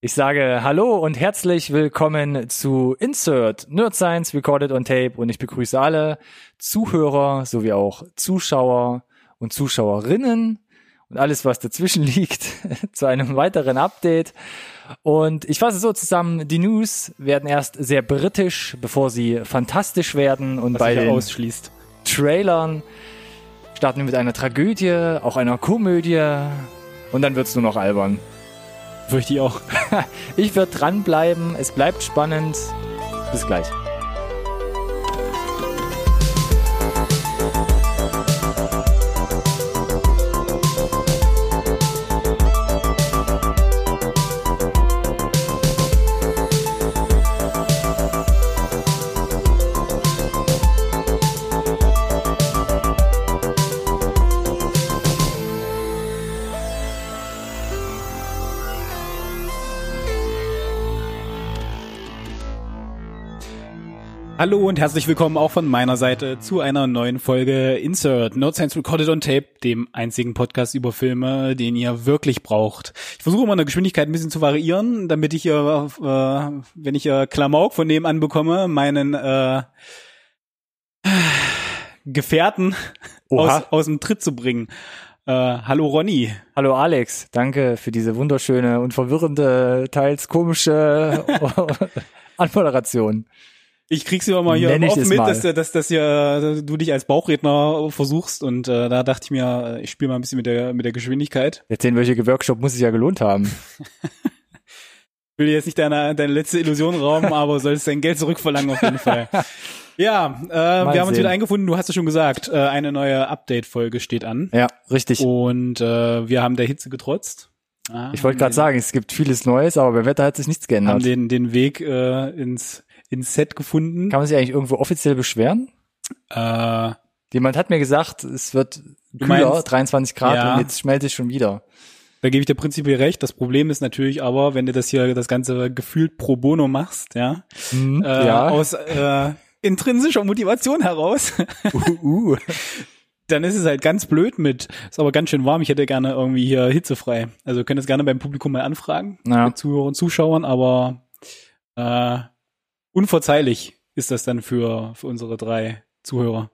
Ich sage Hallo und herzlich willkommen zu Insert Nerd Science Recorded on Tape und ich begrüße alle Zuhörer sowie auch Zuschauer und Zuschauerinnen und alles, was dazwischen liegt, zu einem weiteren Update. Und ich fasse so zusammen, die News werden erst sehr britisch, bevor sie fantastisch werden und was bei sich ja den ausschließt. Trailern starten wir mit einer Tragödie, auch einer Komödie und dann wird's nur noch albern. Fürchte ich auch. Ich werde dranbleiben, es bleibt spannend. Bis gleich. Hallo und herzlich willkommen auch von meiner Seite zu einer neuen Folge Insert Nerd Science Recorded on Tape, dem einzigen Podcast über Filme, den ihr wirklich braucht. Ich versuche immer eine Geschwindigkeit ein bisschen zu variieren, damit ich hier, äh, wenn ich hier Klamauk von nebenan bekomme, meinen äh, Gefährten Oha. aus, aus dem Tritt zu bringen. Äh, hallo Ronny. Hallo Alex, danke für diese wunderschöne und verwirrende, teils komische Anmoderation. Ich krieg's immer mal hier Nenn ich oft es mit, mal. dass, dass, dass hier, äh, du dich als Bauchredner versuchst und äh, da dachte ich mir, äh, ich spiele mal ein bisschen mit der, mit der Geschwindigkeit. Der zehnwöchige Workshop muss sich ja gelohnt haben. Ich will dir jetzt nicht deine, deine letzte Illusion rauben, aber sollst dein Geld zurückverlangen auf jeden Fall. Ja, äh, wir haben uns sehen. wieder eingefunden, du hast es schon gesagt, äh, eine neue Update-Folge steht an Ja, richtig. und äh, wir haben der Hitze getrotzt. Ah, Ich wollte gerade sagen, es gibt vieles Neues, aber beim Wetter hat sich nichts haben geändert. den, den Weg äh, ins, ins Set gefunden. Kann man sich eigentlich irgendwo offiziell beschweren? Äh, Jemand hat mir gesagt, es wird kühler, meinst- 23 Grad Ja. und jetzt schmelzt es schon wieder. Da gebe ich dir prinzipiell recht. Das Problem ist natürlich aber, wenn du das hier das ganze gefühlt pro bono machst, ja, Hm, äh, ja. aus äh, intrinsischer Motivation heraus, uh, uh. dann ist es halt ganz blöd mit. Ist aber ganz schön warm. Ich hätte gerne irgendwie hier hitzefrei. Also könnt es gerne beim Publikum mal anfragen, Ja. mit Zuhörern und Zuschauern, aber äh, unverzeihlich ist das dann für für unsere drei Zuhörer.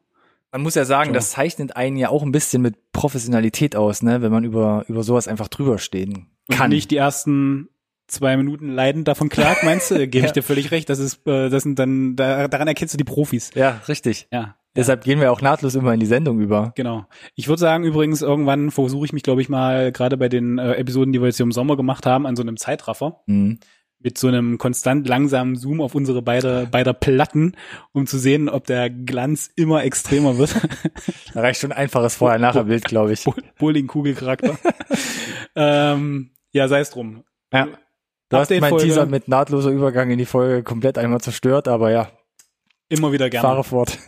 Man muss ja sagen, Schon. das zeichnet einen ja auch ein bisschen mit Professionalität aus, ne? wenn man über, über sowas einfach drüber stehen Und kann. nicht die ersten zwei Minuten leiden davon klagt, meinst du? Gebe Ja. ich dir völlig recht. Das ist, äh, das sind dann, da, daran erkennst du die Profis. Ja, richtig. Ja. Deshalb gehen wir auch nahtlos immer in die Sendung über. Genau. Ich würde sagen, übrigens, irgendwann versuche ich mich, glaube ich, mal gerade bei den äh, Episoden, die wir jetzt hier im Sommer gemacht haben, an so einem Zeitraffer Mhm. mit so einem konstant langsamen Zoom auf unsere beide, beider Platten, um zu sehen, ob der Glanz immer extremer wird. Da reicht schon ein einfaches Vorher-Nachher-Bild, glaube Oh, ich. Bowling-Kugelcharakter. ähm, ja, sei es drum. Ja. Du hast mein Update-Folge. Teaser mit nahtloser Übergang in die Folge komplett einmal zerstört, aber ja, Immer wieder gerne. fahre fort.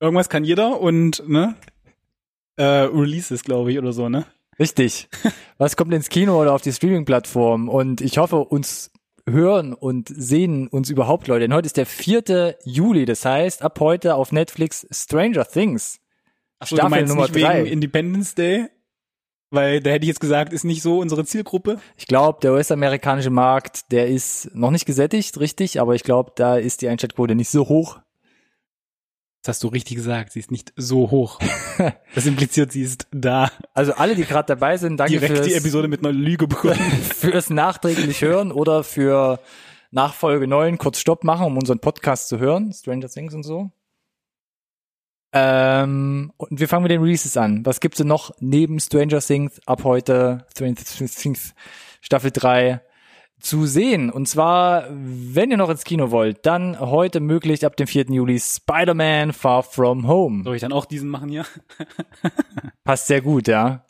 Irgendwas kann jeder und, ne? Äh, Releases, glaube ich, oder so, ne? Richtig. Was kommt ins Kino oder auf die Streaming-Plattform? Und ich hoffe, uns hören und sehen uns überhaupt Leute. Denn heute ist der 4. Juli. Das heißt, ab heute auf Netflix Stranger Things. Ach so, Staffel du meinst Nummer nicht drei. wegen Independence Day? Weil da hätte ich jetzt gesagt, ist nicht so unsere Zielgruppe. Ich glaube, der US-amerikanische Markt, der ist noch nicht gesättigt, richtig, aber ich glaube, da ist die Einschaltquote nicht so hoch. Das hast du richtig gesagt, sie ist nicht so hoch. Das impliziert, sie ist da. Also alle, die gerade dabei sind, danke Direkt die fürs, Episode mit einer Lüge bekommen. fürs nachträglich hören oder für Nachfolge 9 kurz Stopp machen, um unseren Podcast zu hören, Stranger Things und so. Ähm, und wir fangen mit den Releases an. Was gibt's denn noch neben Stranger Things ab heute, Stranger Things Staffel 3? zu sehen. Und zwar, wenn ihr noch ins Kino wollt, dann heute möglich ab dem 4. Juli Spider-Man Far From Home. Soll ich dann auch diesen machen hier? Passt sehr gut, ja.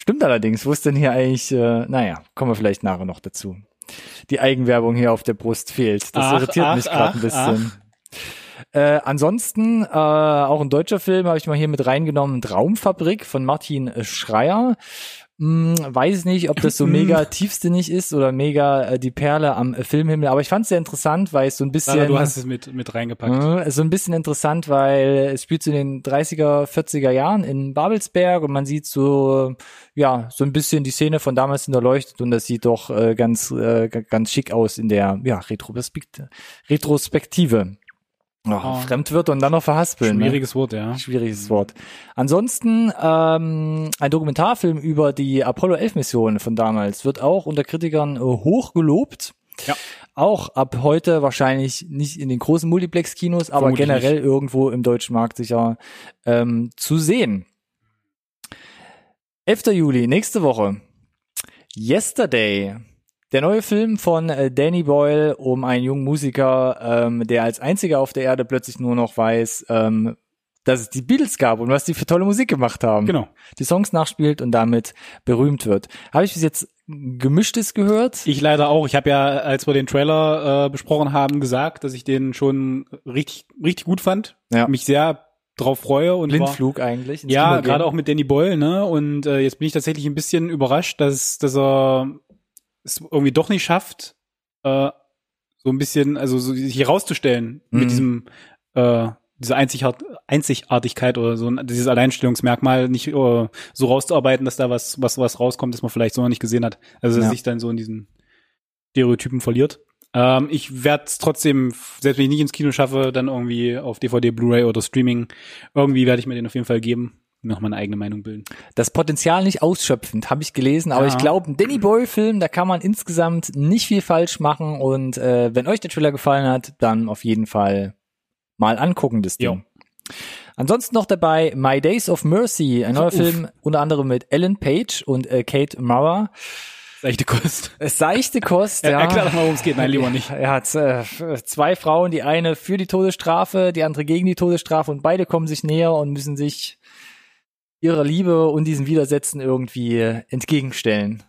Stimmt allerdings. Wo ist denn hier eigentlich, äh, naja, kommen wir vielleicht nachher noch dazu. Die Eigenwerbung hier auf der Brust fehlt. Das Ach, irritiert ach, mich gerade ein ach, bisschen. Äh, ansonsten, äh, auch ein deutscher Film habe ich mal hier mit reingenommen, Traumfabrik von Martin Schreier. Hm, weiß nicht, ob das so mega tiefsinnig ist oder mega äh, die Perle am äh, Filmhimmel, aber ich fand es sehr interessant, weil es so ein bisschen. Sarah, du hast es mit, mit reingepackt. Äh, so ein bisschen interessant, weil es spielt zu den 30er, 40er Jahren in Babelsberg und man sieht so, ja, so ein bisschen die Szene von damals hinterleuchtet und das sieht doch äh, ganz, äh, g- ganz schick aus in der, ja, Retrospekt Retrospektive. Oh, Oh. Fremdwörter und dann noch verhaspeln. ne? Schwieriges Wort, ja. Schwieriges Wort. Ansonsten ähm, ein Dokumentarfilm über die Apollo 11 Mission von damals wird auch unter Kritikern äh, hoch gelobt. Ja. Auch ab heute wahrscheinlich nicht in den großen Multiplex-Kinos, aber Vermutlich generell irgendwo im deutschen Markt sicher ähm, zu sehen. 11. Juli, nächste Woche. Yesterday. Der neue Film von äh, Danny Boyle um einen jungen Musiker, ähm, der als einziger auf der Erde plötzlich nur noch weiß, ähm, dass es die Beatles gab und was die für tolle Musik gemacht haben. Genau. Die Songs nachspielt und damit berühmt wird. Habe ich bis jetzt gemischtes gehört? Ich leider auch. Ich habe ja, als wir den Trailer äh, besprochen haben, gesagt, dass ich den schon richtig, richtig gut fand. Ja. Mich sehr drauf freue und war, Blindflug eigentlich. ins Ja, Kino gehen. gerade auch mit Danny Boyle, ne? Und äh, jetzt bin ich tatsächlich ein bisschen überrascht, dass, dass er es irgendwie doch nicht schafft, äh, so ein bisschen, also so, sich herauszustellen Mhm. mit diesem, äh, diese Einzighart Einzigartigkeit oder so, dieses Alleinstellungsmerkmal nicht äh, so rauszuarbeiten, dass da was, was, was rauskommt, das man vielleicht so noch nicht gesehen hat. Also, dass Ja. sich dann so in diesen Stereotypen verliert. Ähm, ich werde es trotzdem, selbst wenn ich nicht ins Kino schaffe, dann irgendwie auf DVD, Blu-ray oder Streaming, irgendwie werde ich mir den auf jeden Fall geben und noch meine eigene Meinung bilden. das Potenzial nicht ausschöpfend, habe ich gelesen. Aber Ja. ich glaube, ein Danny Boyle-Film, da kann man insgesamt nicht viel falsch machen. Und äh, wenn euch der Trailer gefallen hat, dann auf jeden Fall mal angucken, das Ding. Jo. Ansonsten noch dabei My Days of Mercy, ein neuer Uff. Film unter anderem mit Ellen Page und äh, Kate Mara. Leichte Kost. Es Seichte Kost, ja. Erklär doch mal, worum es geht. Nein, lieber nicht. Er hat äh, f- zwei Frauen, die eine für die Todesstrafe, die andere gegen die Todesstrafe und beide kommen sich näher und müssen sich ihrer Liebe und diesen Widersätzen irgendwie äh, entgegenstellen.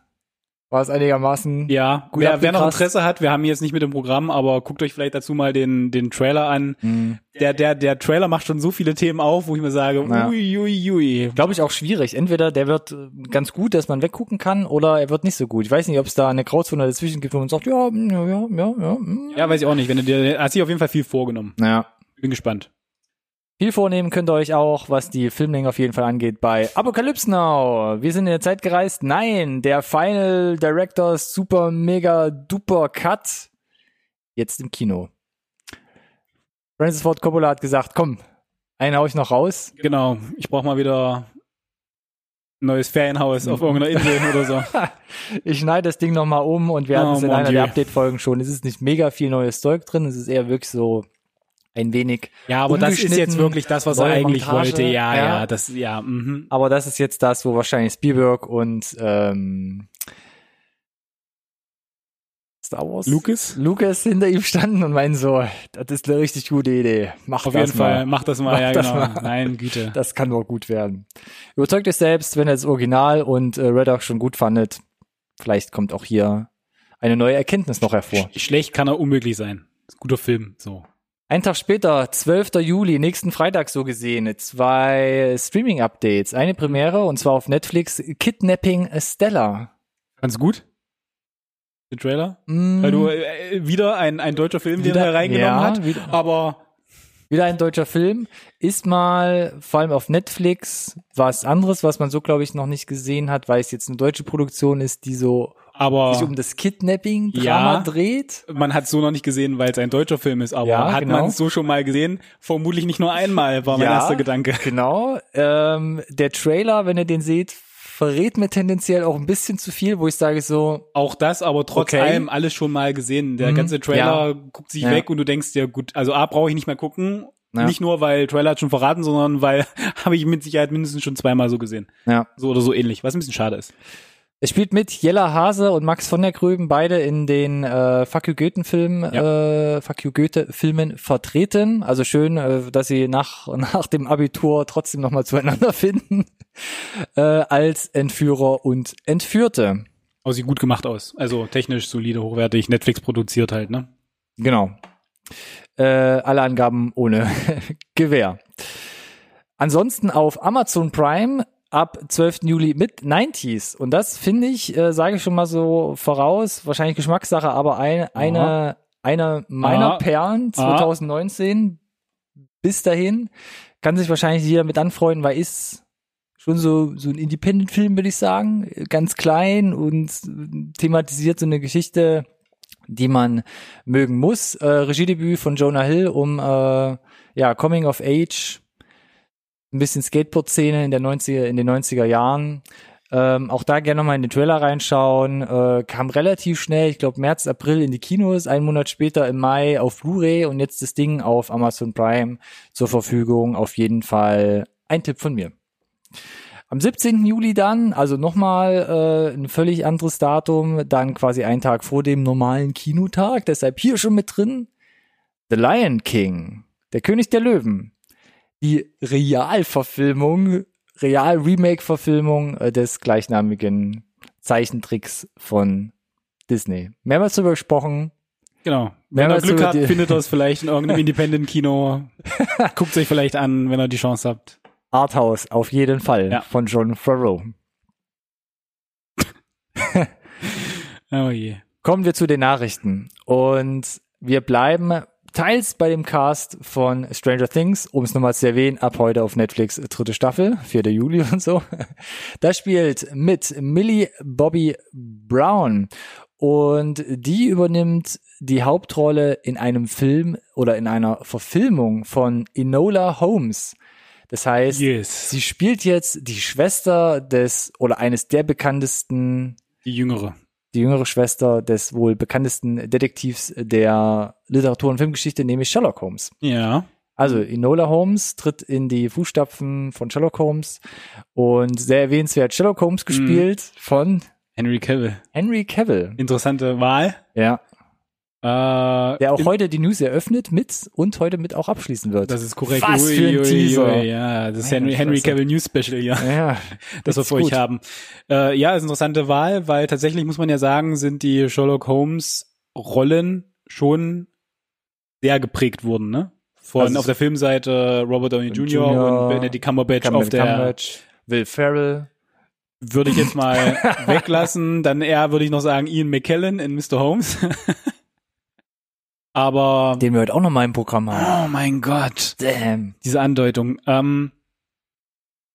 War es einigermaßen? Ja, Gut wer, wer noch abgegrast. Interesse hat, wir haben ihn jetzt nicht mit im Programm, aber guckt euch vielleicht dazu mal den, den Trailer an. hm, Der, der, der Trailer macht schon so viele Themen auf, wo ich mir sage, Ja. ui, ui, ui. Glaube ich auch schwierig. Entweder der wird äh, ganz gut, dass man weggucken kann, oder er wird nicht so gut. Ich weiß nicht, ob es da eine Grauzone dazwischen gibt, wo man sagt, ja, mm, ja, ja, ja, ja. mm. Ja, weiß ich auch nicht. Wenn du dir, hast dich auf jeden Fall viel vorgenommen. Naja. Bin gespannt. Viel vornehmen könnt ihr euch auch, was die Filmlänge auf jeden Fall angeht, bei Apocalypse Now. Wir sind in der Zeit gereist. Nein, der Final Directors Super Mega Duper Cut. Jetzt im Kino. Francis Ford Coppola hat gesagt, komm, einen hau ich noch raus. Genau. Ich brauche mal wieder ein neues Ferienhaus auf irgendeiner Insel oder so. Ich schneide das Ding nochmal um und wir hatten es Oh, in mon einer Dieu. der Update-Folgen schon. Es ist nicht mega viel neues Zeug drin. Es ist eher wirklich so ein wenig Ja, aber das ist jetzt umgeschnitten, wirklich das, was er neue eigentlich Montage. wollte. Ja, ja, Ja. das, ja, mhm. Aber das ist jetzt das, wo wahrscheinlich Spielberg und ähm, Star Wars Lucas? Lucas hinter ihm standen und meinen so, das ist eine richtig gute Idee. Mach Auf das jeden mal. Fall, mach das mal, Mach ja, das genau. mal. Nein, Güte. Das kann nur gut werden. Überzeugt euch selbst, wenn ihr das Original und äh, Red Hawk schon gut fandet. Vielleicht kommt auch hier eine neue Erkenntnis noch hervor. Sch- Schlecht kann er unmöglich sein. Ist ein guter Film, so. Ein Tag später, 12. Juli, nächsten Freitag so gesehen, zwei Streaming-Updates. Eine Premiere und zwar auf Netflix Kidnapping Stella. Ganz gut. Der Trailer? Mm. Weil du äh, wieder ein, ein deutscher Film, den Wieder- er reingenommen ja, hat. wieder. Aber Wieder ein deutscher Film. Ist mal vor allem auf Netflix was anderes, was man so, glaube ich, noch nicht gesehen hat, weil es jetzt eine deutsche Produktion ist, die so sich aber um das Kidnapping-Drama Ah. Ja. dreht. man hat so noch nicht gesehen, weil es ein deutscher Film ist, aber Ja, hat genau. man so schon mal gesehen? Vermutlich nicht nur einmal, war mein Ja. erster Gedanke. Genau. Ähm, der Trailer, wenn ihr den seht, verrät mir tendenziell auch ein bisschen zu viel, wo ich sage so, Auch das, aber trotz Okay. Mhm. allem alles schon mal gesehen. Der ganze Trailer guckt sich Ja. weg und du denkst dir, gut, also A brauche ich nicht mehr gucken. Ja. Nicht nur, weil Trailer hat schon verraten, sondern weil habe ich mit Sicherheit mindestens schon zweimal so gesehen. ja. So oder so ähnlich, was ein bisschen schade ist. Es spielt mit Jella Hase und Max von der Gröben, beide in den äh, Fuck you Goethen-Filmen äh, Fuck you Goethe-Filmen vertreten. Also schön, äh, dass sie nach, nach dem Abitur trotzdem nochmal zueinander finden äh, als Entführer und Entführte. Aber sieht gut gemacht aus. Also technisch solide, hochwertig, Netflix produziert halt, ne? Genau. Äh, alle Angaben ohne Gewehr. Ansonsten auf Amazon Prime ab 12. Juli mit 90s. Und das finde ich, äh, sage ich schon mal so voraus, wahrscheinlich Geschmackssache, aber ein, eine, eine meiner Aha. Perlen 2019 bis dahin kann sich wahrscheinlich jeder mit anfreunden, weil ist schon so, so ein Independent-Film, würde ich sagen. Ganz klein und thematisiert so eine Geschichte, die man mögen muss. Äh, Regiedebüt von Jonah Hill um äh, ja, Coming of Age, ein bisschen Skateboard-Szene in, der 90er in den 90er Jahren. Ähm, auch da gerne nochmal in den Trailer reinschauen. Äh, kam relativ schnell, ich glaube März, April in die Kinos, einen Monat später im Mai auf Blu-ray und jetzt das Ding auf Amazon Prime zur Verfügung. Auf jeden Fall ein Tipp von mir. Am 17. Juli dann, also nochmal äh, ein völlig anderes Datum, dann quasi einen Tag vor dem normalen Kinotag, deshalb hier schon mit drin. The Lion King, der König der Löwen, die Realverfilmung, Real-Remake-Verfilmung äh, des gleichnamigen Zeichentricks von Disney. Mehrmals darüber gesprochen, Genau. Ja, Wenn ihr das Glück über habt, die- findet ihr es vielleicht in irgendeinem Independent-Kino. Guckt es euch vielleicht an, wenn ihr die Chance habt. Arthouse auf jeden Fall Ja. von John Farrow. Oh je. Kommen wir zu den Nachrichten. Und wir bleiben teils bei dem Cast von Stranger Things, um es nochmal zu erwähnen, ab heute auf Netflix dritte Staffel, 4. Juli und so. Da spielt mit Millie Bobby Brown und die übernimmt die Hauptrolle in einem Film oder in einer Verfilmung von Enola Holmes. Das heißt, Yes. sie spielt jetzt die Schwester des oder eines der bekanntesten Die Jüngere. die jüngere Schwester des wohl bekanntesten Detektivs der Literatur- und Filmgeschichte, nämlich Sherlock Holmes. Ja. Also Enola Holmes tritt in die Fußstapfen von Sherlock Holmes und sehr erwähnenswert Sherlock Holmes Mhm. gespielt von Henry Cavill. Henry Cavill. Interessante Wahl. Ja, Äh, der auch heute die News eröffnet mit und heute mit auch abschließen wird. das ist korrekt. Was Ui, für ein ui, Teaser. ui, ja, das ist Meine Henry, Henry Fresse. Cavill News Special, ja. ja, das wir ist für euch gut. haben. Äh, ja, ist eine interessante Wahl, weil tatsächlich muss man ja sagen, sind die Sherlock Holmes Rollen schon sehr geprägt wurden, ne? Von Also es- auf der Filmseite Robert Downey Jr. Jr. und Benedict Cumberbatch auf Cumberbatch, der Cumberbatch, Will Ferrell. würde ich jetzt mal weglassen. Dann eher würde ich noch sagen Ian McKellen in Mr. Holmes. Aber Den wir heute auch noch mal im Programm haben. oh mein Gott, Damn. diese Andeutung. Ähm,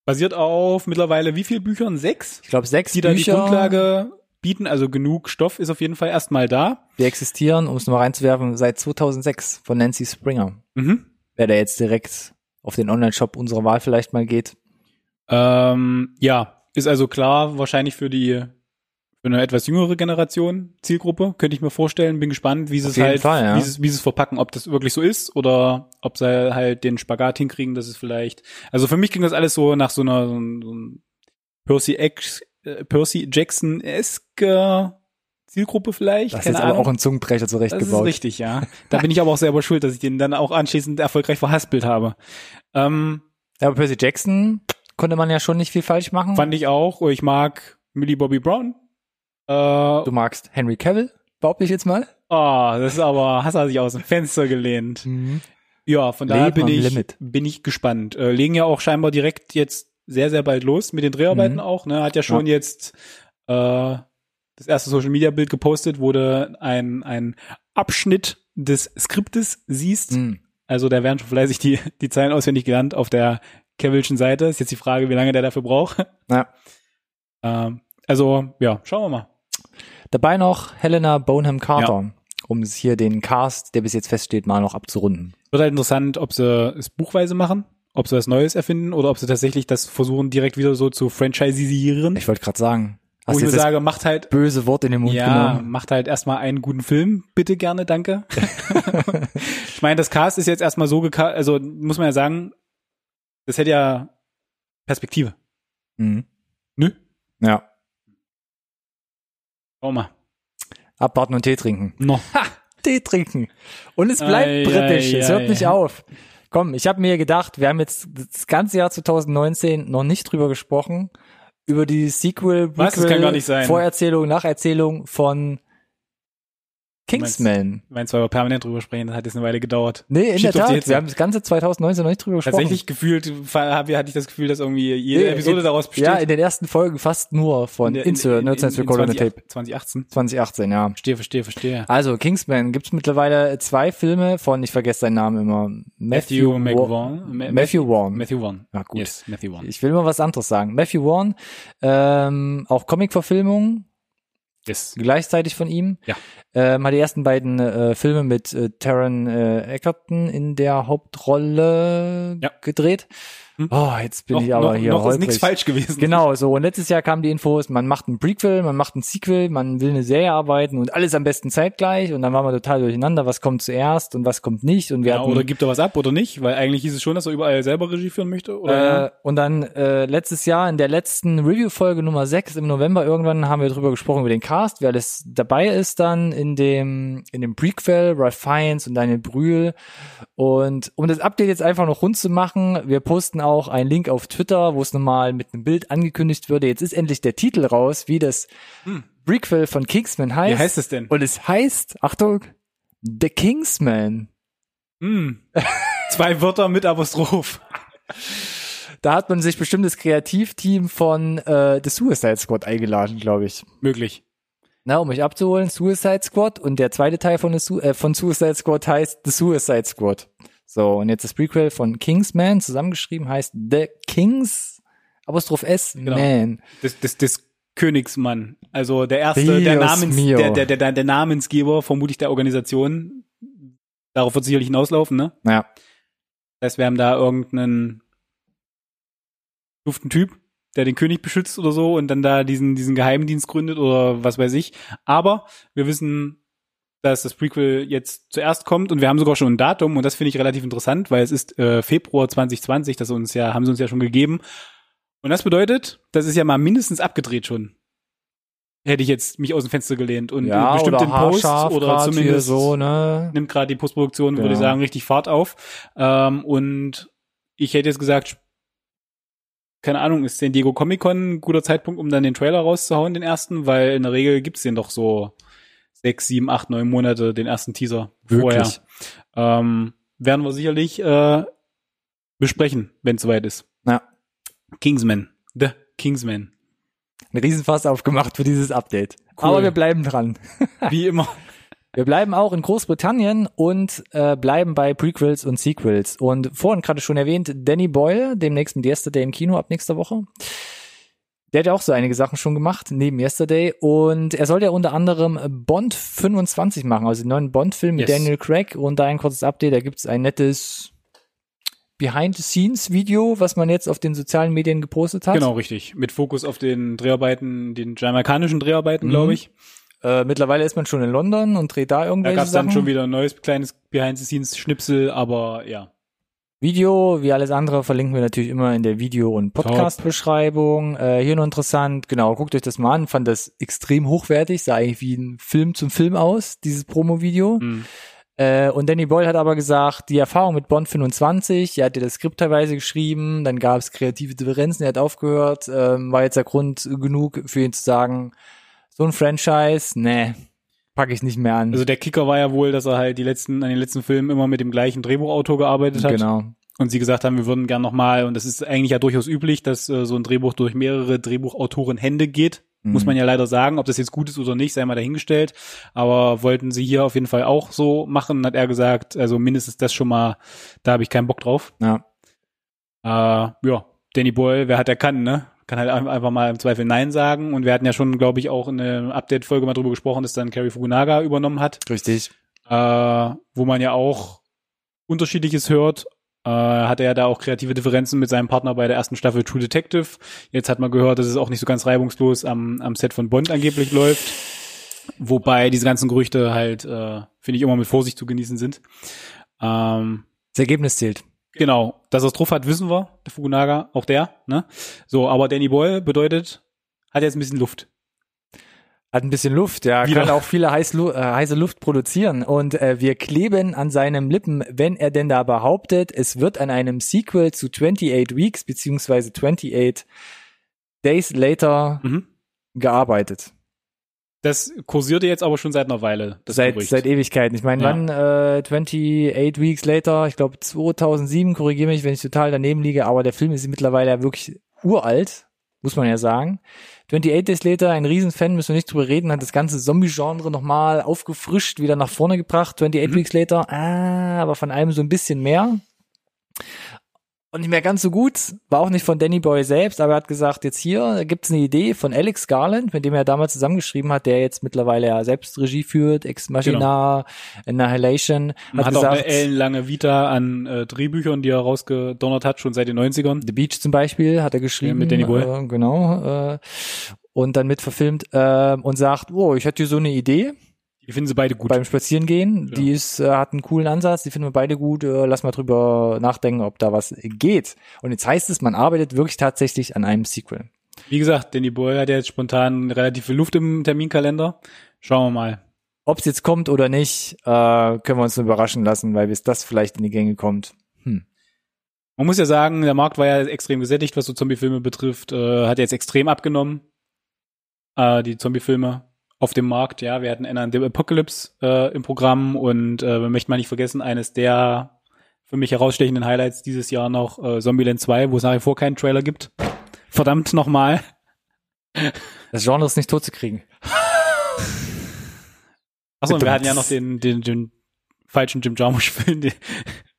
basiert auf mittlerweile wie viel Büchern? Sechs? Ich glaube, sechs die da die Bücher, Grundlage bieten. Also genug Stoff ist auf jeden Fall erstmal da. die existieren, um es mal reinzuwerfen, seit 2006 von Nancy Springer. Mhm. wer da jetzt direkt auf den Online-Shop unserer Wahl vielleicht mal geht. Ähm, ja, ist also klar, wahrscheinlich für die für eine etwas jüngere Generation, Zielgruppe, könnte ich mir vorstellen. Bin gespannt, wie sie Auf es jeden halt, Fall, ja. wie, sie, es- wie sie es verpacken, ob das wirklich so ist oder ob sie halt den Spagat hinkriegen, dass es vielleicht. Also für mich ging das alles so nach so einer so ein, so ein Percy, Ex, äh, Percy Jackson-eske Zielgruppe vielleicht. Das ist Keine jetzt aber Ahnung. auch ein Zungenbrecher Das ist zurechtgebaut. richtig, ja. Da bin ich aber auch selber schuld, dass ich den dann auch anschließend erfolgreich verhaspelt habe. Ähm, Ja, aber Percy Jackson konnte man ja schon nicht viel falsch machen. fand ich auch. Ich mag Millie Bobby Brown. Äh, ah, du magst Henry Cavill, behaupte ich jetzt mal. das ist aber, hast du dich aus dem Fenster gelehnt. Ja, von daher Leben bin am ich, Limit. bin ich gespannt. Äh, legen ja auch scheinbar direkt jetzt sehr, sehr bald los mit den Dreharbeiten Mhm. auch. Ne? Hat ja schon jetzt äh, das erste Social-Media-Bild gepostet, wo du ein, ein Abschnitt des Skriptes siehst. Mhm. Also da werden schon fleißig die, die Zeilen auswendig gelernt auf der Cavillschen Seite. Ist jetzt die Frage, wie lange der dafür braucht. Ja. Ähm, also, ja, schauen wir mal. Dabei noch Helena Bonham Carter, um es hier den Cast, der bis jetzt feststeht, mal noch abzurunden. Wird halt interessant, ob sie es buchweise machen, ob sie was Neues erfinden oder ob sie tatsächlich das versuchen, direkt wieder so zu franchisisieren. Ich wollte gerade sagen, Wo hast ich du mir jetzt das sage, macht halt, böse Wort in den Mund ja, genommen? macht halt erstmal einen guten Film, bitte gerne, danke. ich meine, das Cast ist jetzt erstmal so geka also muss man ja sagen, das hätte ja Perspektive. Mhm. Nö, Ja. schauen wir mal. Abwarten und Tee trinken. Noch. Tee trinken. Und es bleibt Ei, britisch. ei, es hört ei. nicht auf. Komm, ich habe mir gedacht, wir haben jetzt das ganze Jahr 2019 noch nicht drüber gesprochen. Über die Sequel, Was? Das Prequel, kann gar nicht sein. Vorerzählung, Nacherzählung von Kingsman. Ich meine, zwar über permanent drüber sprechen, das hat jetzt eine Weile gedauert. Nee, in Schiebt der auf Tat. die Hitze. Wir haben das ganze 2019 noch nicht drüber gesprochen. Tatsächlich gefühlt hab, hatte ich das Gefühl, dass irgendwie jede Nee, Episode in, daraus besteht. Ja, in den ersten Folgen fast nur von Insert, ne? Nerds and Recorder on Tape. 2018. 2018, ja. Verstehe, verstehe, verstehe. Also, Kingsman gibt's mittlerweile zwei Filme von, ich vergesse seinen Namen immer, Matthew, Matthew McVaughn. Ma- Matthew Vaughn. Matthew Vaughn. Ja, gut. Yes, Matthew Vaughn. Ich will mal was anderes sagen. Matthew Vaughn, ähm, auch Comic-Verfilmung, Yes. gleichzeitig von ihm. Ja. Ähm, hat die ersten beiden äh, Filme mit äh, Taron äh, Egerton in der Hauptrolle Ja. gedreht. Hm. Oh, jetzt bin Noch, ich aber noch, hier noch ist holprig. nichts falsch gewesen. Genau, so. Und letztes Jahr kamen die Infos, man macht ein Prequel, man macht ein Sequel, man will eine Serie arbeiten und alles am besten zeitgleich. Und dann waren wir total durcheinander, was kommt zuerst und was kommt nicht. Und wir Ja, hatten, oder gibt er was ab oder nicht? Weil eigentlich hieß es schon, dass er überall selber Regie führen möchte. Oder? äh, und dann äh, letztes Jahr in der letzten Review-Folge Nummer 6 im November irgendwann haben wir drüber gesprochen, über den Cast, wer alles dabei ist dann in dem, in dem Prequel, Ralph Fiennes und Daniel Brühl. Und um das Update jetzt einfach noch rund zu machen, wir posten auch einen Link auf Twitter, wo es nochmal mit einem Bild angekündigt würde. Jetzt ist endlich der Titel raus, wie das Prequel von Kingsman heißt. Hm. Wie heißt es denn? Und es heißt, Achtung, The Kingsman. Hm. Zwei Wörter mit Apostroph. Da hat man sich bestimmt das Kreativteam von äh, The Suicide Squad eingeladen, glaube ich. Möglich. Na, um mich abzuholen, Suicide Squad und der zweite Teil von, The Su äh, von Suicide Squad heißt The Suicide Squad. So, und jetzt das Prequel von Kingsman, zusammengeschrieben heißt The Kings, Apostroph S, Genau. Man. Des, des, des Königsmann. Also der erste, der, Dios Namens, mio. der, der, der, der Namensgeber, vermutlich der Organisation. Darauf wird sicherlich hinauslaufen, ne? Ja. Das heißt, wir haben da irgendeinen duften Typ, der den König beschützt oder so und dann da diesen, diesen Geheimdienst gründet oder was weiß ich. Aber wir wissen, dass das Prequel jetzt zuerst kommt und wir haben sogar schon ein Datum und das finde ich relativ interessant, weil es ist äh, Februar 2020, das uns ja, haben sie uns ja schon gegeben. Und das bedeutet, das ist ja mal mindestens abgedreht schon. Hätte ich jetzt mich aus dem Fenster gelehnt und Ja, bestimmt oder den Post haarscharf oder grad hier zumindest so, ne? nimmt gerade die Postproduktion, würde ich Genau. sagen, richtig Fahrt auf. Ähm, und ich hätte jetzt gesagt, keine Ahnung, ist San Diego Comic Con ein guter Zeitpunkt, um dann den Trailer rauszuhauen, den ersten, weil in der Regel gibt's den doch so sechs, sieben, acht, neun Monate, den ersten Teaser Wirklich? vorher. Ähm, werden wir sicherlich äh, besprechen, wenn es soweit ist. Ja. Kingsman. The Kingsman. Ein Riesenfass aufgemacht für dieses Update. Cool. Aber wir bleiben dran. Wie immer. Wir bleiben auch in Großbritannien und äh, bleiben bei Prequels und Sequels. Und vorhin gerade schon erwähnt, Danny Boyle, demnächst mit Yesterday im Kino ab nächster Woche. Der hat ja auch so einige Sachen schon gemacht, neben Yesterday. Und er soll ja unter anderem Bond 25 machen, also den neuen Bond-Film mit Yes. Daniel Craig. Und da ein kurzes Update, da gibt's ein nettes Behind-the-Scenes-Video, was man jetzt auf den sozialen Medien gepostet hat. Genau, richtig. Mit Fokus auf den Dreharbeiten, den jamaikanischen Dreharbeiten, glaube ich. Äh, mittlerweile ist man schon in London und dreht da Da irgendwelche gab es dann Sachen. schon wieder ein neues kleines Behind-the-Scenes-Schnipsel, aber ja. Video, wie alles andere, verlinken wir natürlich immer in der Video- und Podcast-Beschreibung. Äh, hier nur interessant, genau, guckt euch das mal an. Fand das extrem hochwertig, sah eigentlich wie ein Film zum Film aus, dieses Promo-Video. Mhm. Äh, und Danny Boyle hat aber gesagt, die Erfahrung mit Bond 25, er hat ja das Skript teilweise geschrieben, dann gab es kreative Differenzen, er hat aufgehört, ähm, war jetzt der Grund genug für ihn zu sagen, so ein Franchise, nee, packe ich nicht mehr an. Also der Kicker war ja wohl, dass er halt die letzten, an den letzten Filmen immer mit dem gleichen Drehbuchautor gearbeitet hat. genau. Und sie gesagt haben, wir würden gern nochmal, und das ist eigentlich ja durchaus üblich, dass äh, so ein Drehbuch durch mehrere Drehbuchautoren Hände geht. Mhm. Muss man ja leider sagen, ob das jetzt gut ist oder nicht, sei mal dahingestellt. Aber wollten sie hier auf jeden Fall auch so machen, hat er gesagt, also mindestens das schon mal, da habe ich keinen Bock drauf. Mhm. Ja. Äh, ja, Danny Boyle, wer hat, der kann, ne? Kann halt ein- einfach mal im Zweifel Nein sagen. Und wir hatten ja schon, glaube ich, auch in einer Update-Folge mal drüber gesprochen, dass dann Cary Fukunaga übernommen hat Richtig. äh, wo man ja auch unterschiedliches hört. Äh, hat er ja da auch kreative Differenzen mit seinem Partner bei der ersten Staffel True Detective. Jetzt hat man gehört, dass es auch nicht so ganz reibungslos am, am Set von Bond angeblich läuft. Wobei diese ganzen Gerüchte halt, äh, finde ich, immer mit Vorsicht zu genießen sind. Ähm, Das Ergebnis zählt. Genau, dass er es drauf hat, wissen wir, der Fukunaga, auch der, ne? So, aber Danny Boyle bedeutet, hat jetzt ein bisschen Luft. Hat ein bisschen Luft, ja. Wieder. Kann auch viele heiß, Lu- äh, heiße Luft produzieren. Und äh, wir kleben an seinem Lippen, wenn er denn da behauptet, es wird an einem Sequel zu 28 Weeks beziehungsweise 28 Days Later Mhm. gearbeitet. Das kursierte jetzt aber schon seit einer Weile. Das seit, Gerücht. seit Ewigkeiten. Ich meine, Ja. wann äh, 28 Weeks Later, ich glaube 2007, korrigiere mich, wenn ich total daneben liege, aber der Film ist mittlerweile ja wirklich uralt, muss man ja sagen. 28 Days Later, ein Riesenfan, müssen wir nicht drüber reden, hat das ganze Zombie-Genre nochmal aufgefrischt, wieder nach vorne gebracht. 28 Mhm. Weeks Later, ah, aber von allem so ein bisschen mehr. Und nicht mehr ganz so gut, war auch nicht von Danny Boy selbst, aber er hat gesagt, jetzt hier gibt's eine Idee von Alex Garland, mit dem er damals zusammengeschrieben hat, der jetzt mittlerweile ja selbst Regie führt, Ex Machina, Annihilation, Genau. Man hat, hat auch gesagt, eine ellenlange Vita an äh, Drehbüchern, die er rausgedonnert hat, schon seit den 90ern. The Beach zum Beispiel hat er geschrieben. mit Danny Boyle. Äh, genau. Äh, und dann mit verfilmt äh, und sagt, oh, ich hätte hier so eine Idee Die finden sie beide gut. beim Spazierengehen. Ja. Die ist, äh, hat einen coolen Ansatz, die finden wir beide gut. Äh, lass mal drüber nachdenken, ob da was geht. Und jetzt heißt es, man arbeitet wirklich tatsächlich an einem Sequel. Wie gesagt, Danny Boyle hat ja jetzt spontan relativ viel Luft im Terminkalender. Schauen wir mal. Ob es jetzt kommt oder nicht, äh, können wir uns nur überraschen lassen, weil bis das vielleicht in die Gänge kommt. Man muss ja sagen, der Markt war ja extrem gesättigt, was so Zombie-Filme betrifft. Äh, hat jetzt extrem abgenommen. Äh, die Zombie-Filme auf dem Markt, ja. Wir hatten Anna and the Apocalypse äh, im Programm und äh, man möchte mal nicht vergessen, eines der für mich herausstechenden Highlights dieses Jahr noch äh, Zombieland 2, wo es nach wie vor keinen Trailer gibt. Verdammt nochmal. Das Genre ist nicht tot zu kriegen. Achso, und wir Verdammt. hatten ja noch den, den, den falschen Jim Jarmusch-Film, der-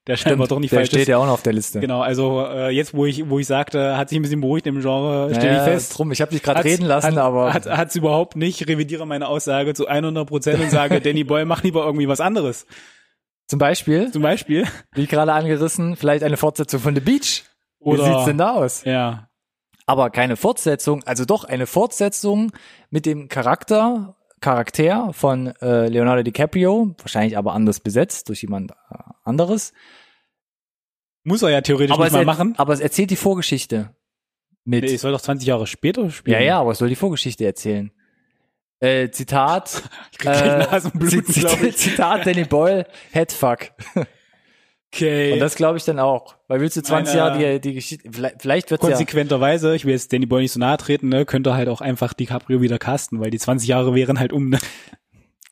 der scheinbar doch nicht Der falsch steht ist. ja auch noch auf der Liste. Genau, also äh, jetzt, wo ich, wo ich sagte, hat sich ein bisschen beruhigt im Genre, stelle Naja, ich fest. Drum. Ich habe dich gerade Hat's- reden lassen, hat, aber Hat hat's überhaupt nicht, revidiere meine Aussage zu 100 Prozent und sage, Danny Boy, mach lieber irgendwie was anderes. zum Beispiel, Zum Beispiel. wie gerade angerissen, vielleicht eine Fortsetzung von The Beach. Oder, wie sieht's denn da aus? Ja. Aber keine Fortsetzung, also doch eine Fortsetzung mit dem Charakter, Charakter von äh, Leonardo DiCaprio, wahrscheinlich aber anders besetzt durch jemand äh, anderes. Muss er ja theoretisch Aber nicht es, mal er- machen. aber es erzählt die Vorgeschichte mit. Nee, ich soll doch 20 Jahre später spielen. ja, ja, aber es soll die Vorgeschichte erzählen. Äh, Zitat, äh, Ich krieg gleich Nasenbluten, Zit- glaub ich. Zitat Danny Boyle, Headfuck. Okay. Und das glaube ich dann auch. Weil willst du 20 Meine- Jahre die, die Geschichte, vielleicht, vielleicht wird's ja, Konsequenterweise, ich will jetzt Danny Boy nicht so nahe treten, ne, könnte halt auch einfach DiCaprio wieder casten, weil die 20 Jahre wären halt um, ne?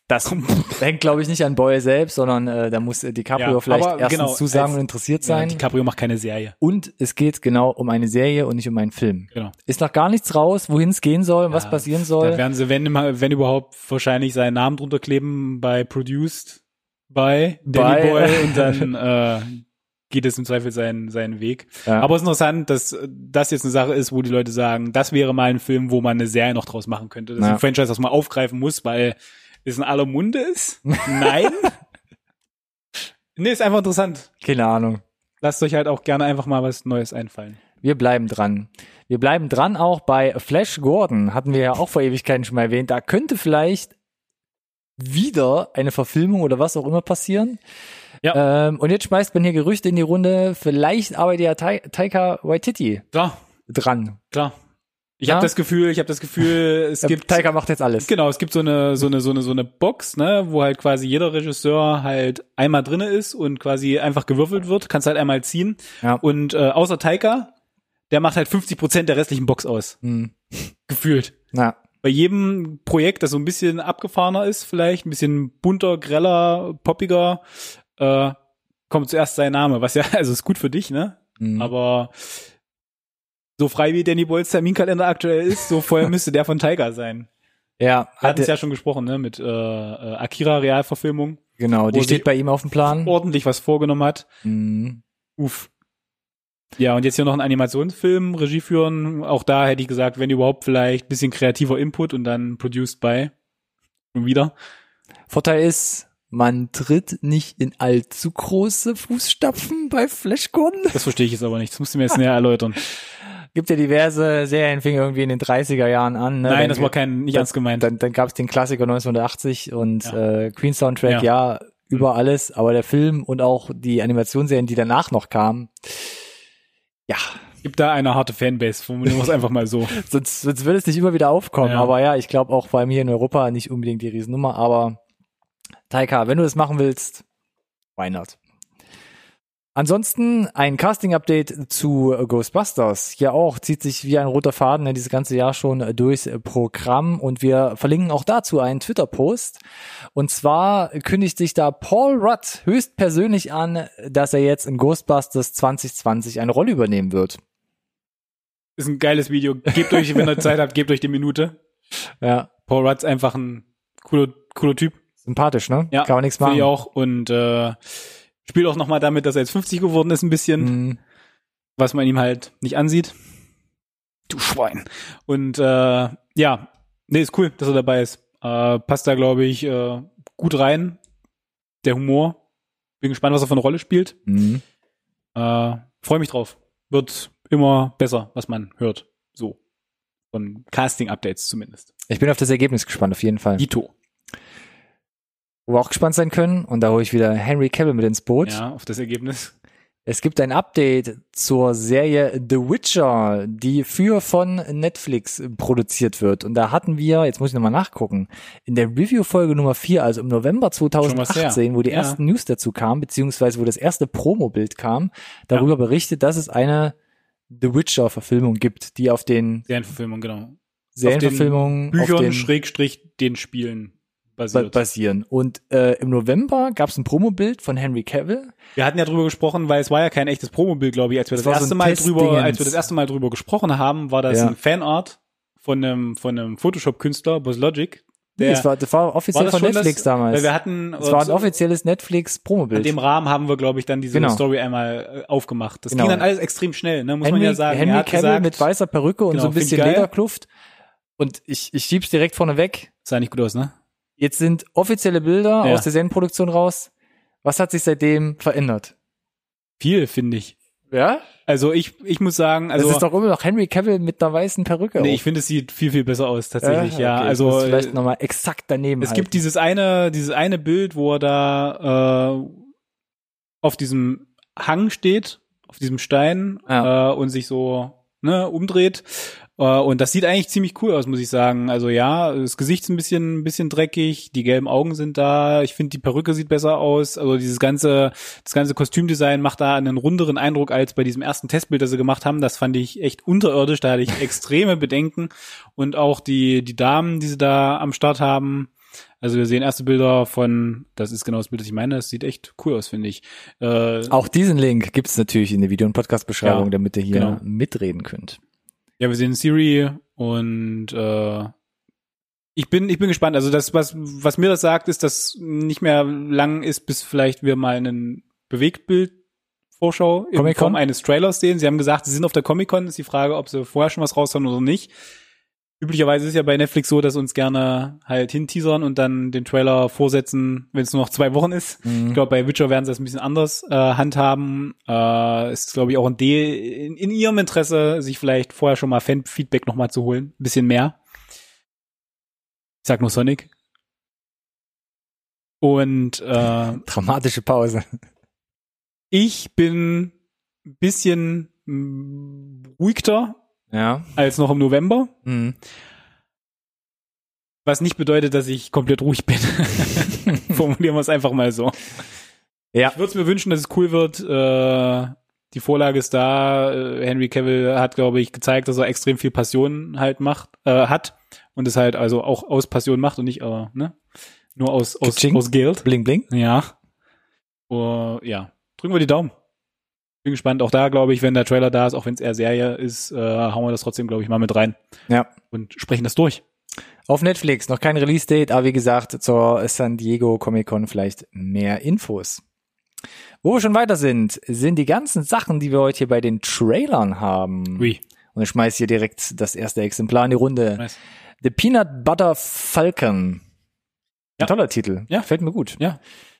das hängt glaube ich nicht an Boyle selbst, sondern äh, da muss äh, DiCaprio Ja, vielleicht aber erstens genau, zusagen als- und interessiert Ja, sein. DiCaprio macht keine Serie. und es geht genau um eine Serie und nicht um einen Film. Genau. Ist noch gar nichts raus, wohin es gehen soll, und was Ja, passieren Da soll. werden sie, wenn, immer- wenn überhaupt, wahrscheinlich seinen Namen drunter kleben bei Produced by Danny By- Boy und dann äh, geht es im Zweifel seinen, seinen Weg. Ja. Aber es ist interessant, dass äh, das jetzt eine Sache ist, wo die Leute sagen, das wäre mal ein Film, wo man eine Serie noch draus machen könnte. Das ist Ja. ein Franchise, das man aufgreifen muss, weil es in aller Munde ist. Nein. nee, ist einfach interessant. Keine Ahnung. Lasst euch halt auch gerne einfach mal was Neues einfallen. Wir bleiben dran. Wir bleiben dran auch bei Flash Gordon, hatten wir ja auch vor Ewigkeiten schon mal erwähnt. Da könnte vielleicht wieder eine Verfilmung oder was auch immer passieren. Ja. Ähm, und jetzt schmeißt man hier Gerüchte in die Runde. Vielleicht arbeitet ja Ta Taika Waititi Da, dran. Klar. Ich Ja. habe das Gefühl, ich habe das Gefühl, es Ja, gibt Taika macht jetzt alles. genau, es gibt so eine so eine so eine so eine Box, ne, wo halt quasi jeder Regisseur halt einmal drinne ist und quasi einfach gewürfelt wird, kannst halt einmal ziehen Ja. und äh, außer Taika, der macht halt 50 Prozent der restlichen Box aus, Hm. gefühlt. Na, Bei jedem Projekt, das so ein bisschen abgefahrener ist, vielleicht ein bisschen bunter, greller, poppiger, äh, kommt zuerst sein Name, was ja also ist gut für dich, ne? hm. Aber so frei wie Danny Boyles Terminkalender aktuell ist, so voll müsste der von Tiger sein. ja, Wir hatten es hatte, ja schon gesprochen, ne, mit äh, äh, Akira Realverfilmung. genau, wo die sie- steht bei ihm auf dem Plan. Ordentlich was vorgenommen hat. Hm. Uff. Ja, und jetzt hier noch einen Animationsfilm, Regie führen. Auch da hätte ich gesagt, wenn überhaupt vielleicht ein bisschen kreativer Input und dann produced by. Schon wieder. Vorteil ist, man tritt nicht in allzu große Fußstapfen bei Flash Gordon. Das verstehe ich jetzt aber nicht. Das musst du mir Ah. jetzt näher erläutern. gibt ja diverse Serien, fing irgendwie in den 30er Jahren an. Ne? Nein, dann, das war kein, nicht dann- ernst gemeint. Dann, dann gab es den Klassiker 1980 und Ja. Mhm. äh, Queen Soundtrack, ja. über alles, aber der Film und auch die Animationsserien, die danach noch kamen, ja, Gibt da eine harte Fanbase, formulieren wir es einfach mal so. sonst, sonst würde es nicht immer wieder aufkommen. Ja. Aber ja, ich glaube auch vor allem hier in Europa nicht unbedingt die Riesennummer, aber Taika, wenn du das machen willst, why not? Ansonsten ein Casting-Update zu Ghostbusters. Ja auch, zieht sich wie ein roter Faden ja, dieses ganze Jahr schon äh, durchs äh, Programm und wir verlinken auch dazu einen Twitter-Post. Und zwar kündigt sich da Paul Rudd höchstpersönlich an, dass er jetzt in Ghostbusters 2020 eine Rolle übernehmen wird. Ist ein geiles Video. Gebt euch, wenn ihr Zeit habt, gebt euch die Minute. Ja, Paul Rudd ist einfach ein cooler, cooler Typ. sympathisch, ne? Ja, Kann man nichts Finde machen. ich auch. Und äh, spielt auch nochmal damit, dass er jetzt 50 geworden ist, ein bisschen, Mhm. was man ihm halt nicht ansieht. Du Schwein. Und äh, ja, nee, ist cool, dass er dabei ist. Äh, passt da, glaube ich, äh, gut rein. Der Humor. Bin gespannt, was er für eine Rolle spielt. Mhm. Äh, Freue mich drauf. Wird immer besser, was man hört. So. Von Casting-Updates zumindest. Ich bin auf das Ergebnis gespannt, auf jeden Fall. Dito. Wo wir auch gespannt sein können, und da hole ich wieder Henry Cavill mit ins Boot. Ja, auf das Ergebnis. Es gibt ein Update zur Serie The Witcher, die für von Netflix produziert wird. Und da hatten wir, jetzt muss ich nochmal nachgucken, in der Review-Folge Nummer 4, also im November was her. 2018, wo die Ja. ersten News dazu kamen, beziehungsweise wo das erste Promo-Bild kam, darüber berichtet, dass es eine The Witcher-Verfilmung gibt, die auf den Serienverfilmung, genau. den Serienverfilmungen auf Büchern den Schrägstrich den Spielen ba- basiert. basieren. Und äh, im November gab es ein Promo-Bild von Henry Cavill. wir hatten ja drüber gesprochen, weil es war ja kein echtes Promobild, glaube ich, als wir das, war so erste ein Mal drüber, Testdingens. als wir das erste Mal drüber gesprochen haben, war das Ja. ein Fanart von einem von einem Photoshop Künstler Buzz Logic. Nee, es war, das war offiziell von schon Netflix das, damals. Weil wir hatten Es war ein zu- offizielles in Netflix-Promobild. dem Rahmen haben wir, glaube ich, dann diese Genau. Story einmal äh, aufgemacht. Das Genau. ging dann alles extrem schnell, ne? muss Henry, man ja sagen. Er Henry hat Cavill gesagt, mit weißer Perücke und Genau, so ein find ich bisschen geil. Lederkluft. Und ich, ich schieb's direkt vorne weg. sah nicht gut aus, ne? Jetzt sind offizielle Bilder Ja. aus der Serienproduktion raus. Was hat sich seitdem verändert? Viel, finde ich. Ja? Also ich, ich muss sagen, Also, also das ist doch immer noch Henry Cavill mit einer weißen Perücke. nee, auf. Ah, ich finde, es sieht viel, viel besser aus, tatsächlich, ja. okay, ich also muss vielleicht nochmal exakt daneben Es halten. gibt dieses eine, dieses eine Bild, wo er da äh, auf diesem Hang steht, auf diesem Stein Ja. äh, und sich so ne, umdreht. Äh, und das sieht eigentlich ziemlich cool aus, muss ich sagen. Also ja, das Gesicht ist ein bisschen, ein bisschen dreckig, die gelben Augen sind da. Ich finde, die Perücke sieht besser aus. Also dieses ganze, das ganze Kostümdesign macht da einen runderen Eindruck als bei diesem ersten Testbild, das sie gemacht haben. Das fand ich echt unterirdisch. Da hatte ich extreme Bedenken. Und auch die, die Damen, die sie da am Start haben, also wir sehen erste Bilder von, das ist genau das Bild, das ich meine, das sieht echt cool aus, finde ich. Äh, auch diesen Link gibt's natürlich in der Video- und Podcast-Beschreibung, Ja, damit ihr hier genau. mitreden könnt. ja, wir sehen Siri und äh, ich bin, ich bin gespannt. Also das, was, was mir das sagt, ist, dass nicht mehr lang ist, bis vielleicht wir mal einen Bewegtbild Vorschau in Comic-Con? Form eines Trailers sehen. Sie haben gesagt, sie sind auf der Comic-Con. Ist die Frage, ob sie vorher schon was raushauen oder nicht. Üblicherweise ist ja bei Netflix so, dass sie uns gerne halt hinteasern und dann den Trailer vorsetzen, wenn es nur noch zwei Wochen ist. Ich glaube, bei Witcher werden sie das ein bisschen anders äh, handhaben. Äh, es ist, glaube ich, auch in, de in, in ihrem Interesse, sich vielleicht vorher schon mal Fan-Feedback nochmal zu holen. Ein bisschen mehr. Ich sag nur Sonic. Und äh, Dramatische Pause. ich bin ein bisschen mm, beruhigter Ja. als noch im November. Mhm. Was nicht bedeutet, dass ich komplett ruhig bin. Formulieren wir es einfach mal so. Ja. Ich würde es mir wünschen, dass es cool wird. Äh, die Vorlage ist da. Äh, Henry Cavill hat, glaube ich, gezeigt, dass er extrem viel Passion halt macht, äh, hat und es halt also auch aus Passion macht und nicht äh, ne? nur aus, aus, Ka-ching. aus Geld. Bling, bling. Ja. Uh, ja. Drücken wir die Daumen. Bin gespannt. Auch da, glaube ich, wenn der Trailer da ist, auch wenn es eher Serie ist, äh, hauen wir das trotzdem, glaube ich, mal mit rein Ja. und sprechen das durch. Auf Netflix noch kein Release-Date, aber wie gesagt, zur San Diego Comic-Con vielleicht mehr Infos. Wo wir schon weiter sind, sind die ganzen Sachen, die wir heute hier bei den Trailern haben. Ui. Und ich schmeiß hier direkt das erste Exemplar in die Runde. Nice. The Peanut Butter Falcon. Ja. Ein toller Titel. Ja. Fällt mir gut. Ja.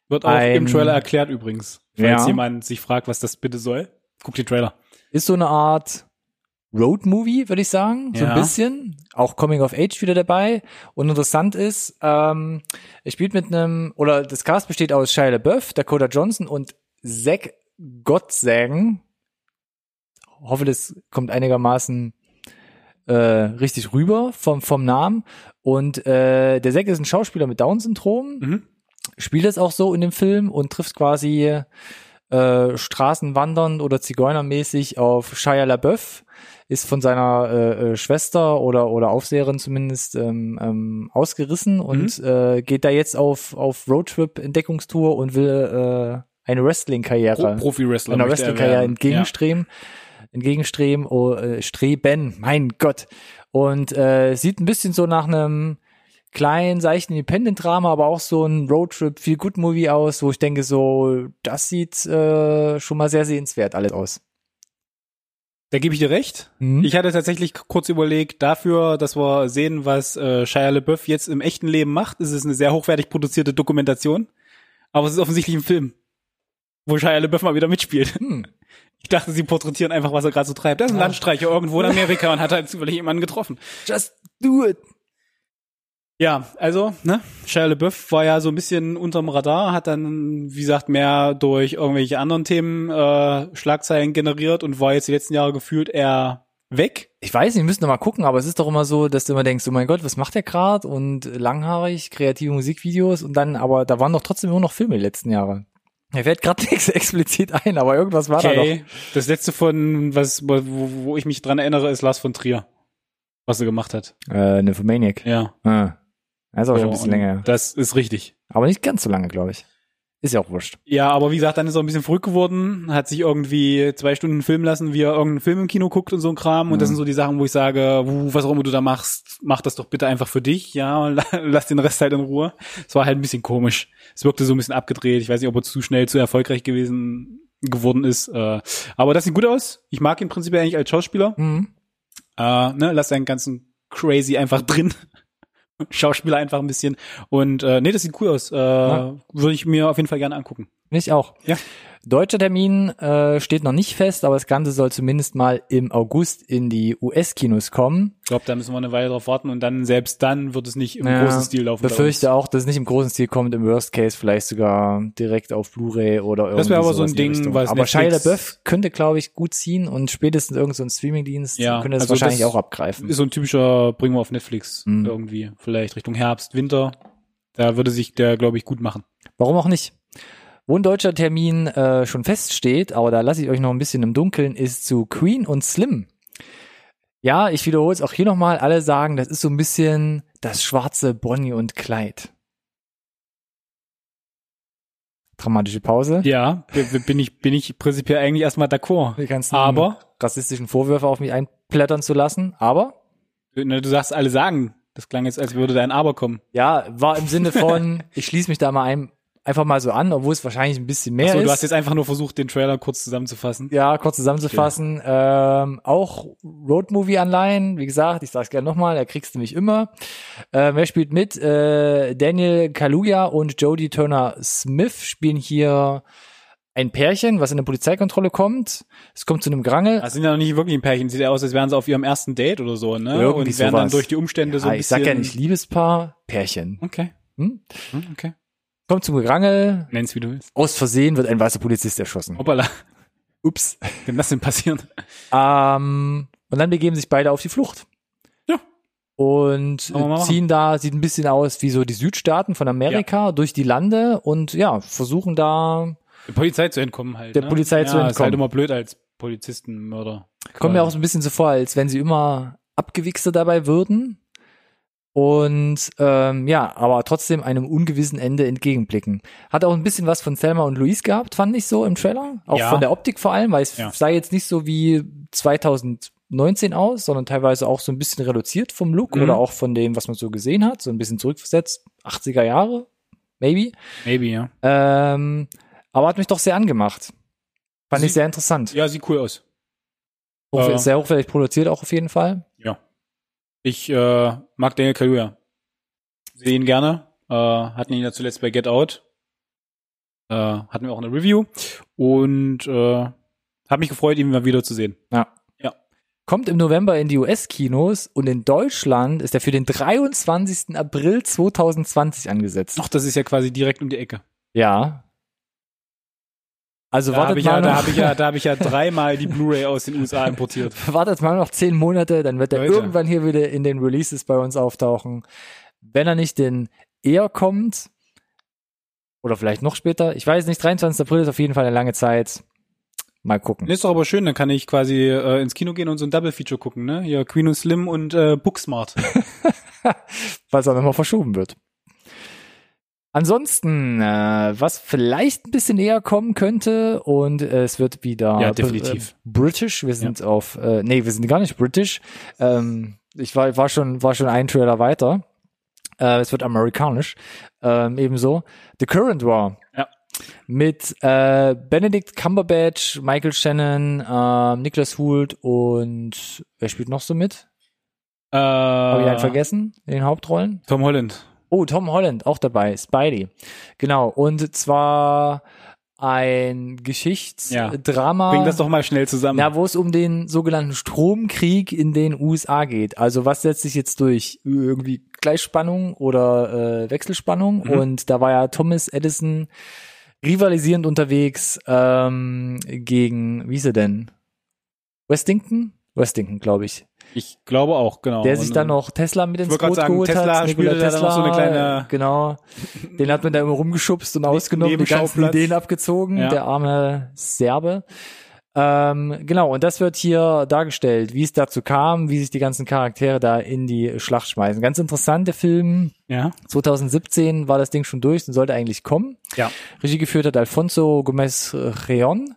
Wird auch im Ein- Trailer erklärt übrigens. Falls Ja. jemand sich fragt, was das bitte soll, guck den Trailer. Ist so eine Art Road-Movie, würde ich sagen. So Ja. ein bisschen. Auch Coming of Age wieder dabei. Und interessant ist, ähm, er spielt mit einem, oder das Cast besteht aus Shia LaBeouf, Dakota Johnson und Zach Gottsagen. Hoffe, das kommt einigermaßen äh, richtig rüber vom, vom Namen. Und äh, der Zack ist ein Schauspieler mit Down-Syndrom Mhm. spielt das auch so in dem Film und trifft quasi äh, Straßenwandern oder Zigeunermäßig auf Shia LaBeouf, ist von seiner äh, äh, Schwester oder oder Aufseherin zumindest ähm, ähm, ausgerissen und äh, geht da jetzt auf auf Roadtrip Entdeckungstour und will äh, eine Wrestling Karriere, Pro Profi-Wrestler. einer möchte er Wrestling Karriere werden. entgegenstreben, entgegenstreben, oh, äh, streben, mein Gott. Und äh, sieht ein bisschen so nach einem kleinen, seichten Independent-Drama, aber auch so ein Roadtrip, viel Good Movie aus, wo ich denke, so, das sieht äh, schon mal sehr sehenswert alles aus. Da gebe ich dir recht. Mhm. Ich hatte tatsächlich k- kurz überlegt, dafür, dass wir sehen, was äh, Shia LaBeouf jetzt im echten Leben macht, ist es eine sehr hochwertig produzierte Dokumentation. Aber es ist offensichtlich ein Film, wo Shia LaBeouf mal wieder mitspielt. Hm. Ich dachte, sie porträtieren einfach, was er gerade so treibt. Er ist ein Ah. Landstreicher irgendwo in Amerika und hat halt zufällig jemanden getroffen. Just do it. Ja, also, ne, Shia LaBeouf war ja so ein bisschen unterm Radar, hat dann, wie gesagt, mehr durch irgendwelche anderen Themen äh, Schlagzeilen generiert und war jetzt die letzten Jahre gefühlt eher weg. Ich weiß nicht, wir müssen noch mal gucken, aber es ist doch immer so, dass du immer denkst, oh mein Gott, was macht der gerade? Und langhaarig, kreative Musikvideos und dann, aber da waren doch trotzdem immer noch Filme die letzten Jahre. Mir fällt gerade nichts explizit ein, aber irgendwas war da doch. Okay. Das letzte von, was, wo, wo ich mich dran erinnere, ist Lars von Trier. Was er gemacht hat. Äh, Nymphomaniac. Ja. Ah. Das ist auch schon ein bisschen Oh, und länger. Das ist richtig. Aber nicht ganz so lange, glaube ich. Ist ja auch wurscht. Ja, aber wie gesagt, dann ist er ein bisschen verrückt geworden, hat sich irgendwie zwei Stunden filmen lassen, wie er irgendeinen Film im Kino guckt und so ein Kram. Und das Mhm. sind so die Sachen, wo ich sage, wuh, was auch immer du da machst, mach das doch bitte einfach für dich, ja, und lass den Rest halt in Ruhe. Es war halt ein bisschen komisch. Es wirkte so ein bisschen abgedreht. Ich weiß nicht, ob er zu schnell, zu erfolgreich gewesen geworden ist. Äh, Aber das sieht gut aus. Ich mag ihn prinzipiell eigentlich als Schauspieler. Mhm. äh, ne, lass deinen ganzen Crazy einfach drin. Schauspieler einfach ein bisschen. Und äh, nee, das sieht cool aus. Äh, Ja. Würde ich mir auf jeden Fall gerne angucken. Ich auch. Ja. Deutscher Termin äh, steht noch nicht fest, aber das Ganze soll zumindest mal im August in die US-Kinos kommen. Ich glaube, da müssen wir eine Weile drauf warten und dann, selbst dann wird es nicht im Ja, großen Stil laufen. bei Befürchte auch, dass es nicht im großen Stil kommt, im Worst Case vielleicht sogar direkt auf Blu-ray oder irgendwie Das wäre aber so sowas ein in die Ding, Richtung. was Aber Shia Netflix- LaBeouf könnte, glaube ich, gut ziehen und spätestens irgendein so ein Streamingdienst Ja, könnte das also wahrscheinlich das auch abgreifen. uns. Ist so ein typischer, bringen wir auf Netflix Mhm. irgendwie. Vielleicht Richtung Herbst, Winter. Da würde sich der, glaube ich, gut machen. Warum auch nicht? Wo ein deutscher Termin äh, schon feststeht, aber da lasse ich euch noch ein bisschen im Dunkeln, ist zu Queen und Slim. Ja, ich wiederhole es auch hier nochmal. Alle sagen, das ist so ein bisschen das schwarze Bonnie und Kleid. Dramatische Pause. Ja, b- b- bin ich, bin ich prinzipiell eigentlich erstmal d'accord. Die ganzen Aber, rassistischen Vorwürfe auf mich einplättern zu lassen. Aber ne, du sagst alle sagen. Das klang jetzt, als würde da ein Aber kommen. ja, war im Sinne von, ich schließe mich da mal ein, einfach mal so an, obwohl es wahrscheinlich ein bisschen mehr Ach so, ist. du hast jetzt einfach nur versucht, den Trailer kurz zusammenzufassen. ja, kurz zusammenzufassen, ähm, auch Roadmovie Anleihen, wie gesagt, ich sag's gerne nochmal, da kriegst du mich immer. Äh, wer spielt mit? Äh, Daniel Kaluuya und Jodie Turner-Smith spielen hier ein Pärchen, was in eine Polizeikontrolle kommt. Es kommt zu einem Gerangel. Das sind ja noch nicht wirklich ein Pärchen. Sieht ja aus, als wären sie auf ihrem ersten Date oder so, ne? Irgendwie und wären dann sowas. durch die Umstände so ja, ein bisschen. Ah, ich sag ja nicht Liebespaar, Pärchen. Okay. Hm? Hm, okay. Kommt zum Gerangel, Nenn's wie du willst. aus Versehen wird ein weißer Polizist erschossen. Hoppala. Ups. Kann das denn passieren? Ähm, und dann begeben sich beide auf die Flucht. Ja. Und Kann man mal äh, ziehen da, sieht ein bisschen aus wie so die Südstaaten von Amerika durch die Lande und ja, versuchen da, Der Polizei zu entkommen halt. Der ne? Polizei ja, zu Ist halt entkommen. immer blöd als Polizistenmörder. kommen mir auch Quasi. so ein bisschen so vor, als wenn sie immer abgewichster dabei würden und ähm, ja, aber trotzdem einem ungewissen Ende entgegenblicken. Hat auch ein bisschen was von Selma und Luis gehabt, fand ich so im Trailer. Auch Ja. von der Optik vor allem, weil es Ja. sah jetzt nicht so wie 2019 aus, sondern teilweise auch so ein bisschen reduziert vom Look Mhm. oder auch von dem, was man so gesehen hat, so ein bisschen zurückversetzt, 80er Jahre, maybe. Maybe, ja. Ähm, aber hat mich doch sehr angemacht. Fand Sie- ich sehr interessant. Ja, sieht cool aus. Hochw- äh, Sehr hochwertig produziert auch auf jeden Fall. Ich äh, mag Daniel Kaluuya. Sehe ihn gerne. Äh, hatten ihn ja zuletzt bei Get Out. Äh, hatten wir auch eine Review. Und äh, hat mich gefreut, ihn mal wieder zu sehen. Kommt im November in die US-Kinos und in Deutschland ist er für den 23. April 2020 angesetzt. Ach, das ist ja quasi direkt um die Ecke. Ja. Also Da habe wartet ich, mal, ja, da noch, hab ich ja, da habe ich ja dreimal die Blu-ray aus den USA importiert. wartet mal noch zehn Monate, dann wird er Leute. irgendwann hier wieder in den Releases bei uns auftauchen. Wenn er nicht denn eher kommt, Oder vielleicht noch später. Ich weiß nicht, 23. April ist auf jeden Fall eine lange Zeit. Mal gucken. Ist doch aber schön, dann kann ich quasi äh, ins Kino gehen und so ein Double-Feature gucken, ne? Ja, Queen und Slim und äh, Booksmart. Weil es auch nochmal verschoben wird. Ansonsten, äh, was vielleicht ein bisschen näher kommen könnte und äh, es wird wieder Ja, definitiv. äh, British. Wir sind auf, äh, nee, wir sind gar nicht British. Ähm, ich war, war schon, war schon einen Trailer weiter. Äh, es wird amerikanisch. Ähm, ebenso The Current War. Ja. Mit äh, Benedict Cumberbatch, Michael Shannon, ähm, Nicholas Hoult und wer spielt noch so mit? äh, Habe ich halt einen vergessen in den Hauptrollen? Tom Holland. Oh, Tom Holland auch dabei, Spidey. Genau, und zwar ein Ja. Geschichtsdrama. Bring das doch mal schnell zusammen. Ah. Na, wo es um den sogenannten Stromkrieg in den USA geht. Also was setzt sich jetzt durch? Irgendwie Gleichspannung oder äh, Wechselspannung? Mhm. Und da war ja Thomas Edison rivalisierend unterwegs ähm, gegen, wie ist er denn? Westington? Westington, glaube ich. ich glaube auch, genau. Der sich Und, dann noch Tesla mit ins wollte grad Boot sagen, geholt Tesla hat. spielte da dann noch so eine kleine- Ne- Genau. Den hat man da immer rumgeschubst und ausgenommen, die ganzen Nebenschauplatz. Ideen abgezogen, Ja. der arme Serbe. Ähm, genau, und das wird hier dargestellt, wie es dazu kam, wie sich die ganzen Charaktere da in die Schlacht schmeißen. Ganz interessant, der Film. Ja. 2017 war das Ding schon durch und sollte eigentlich kommen. Ja. Regie geführt hat Alfonso Gomez Reon.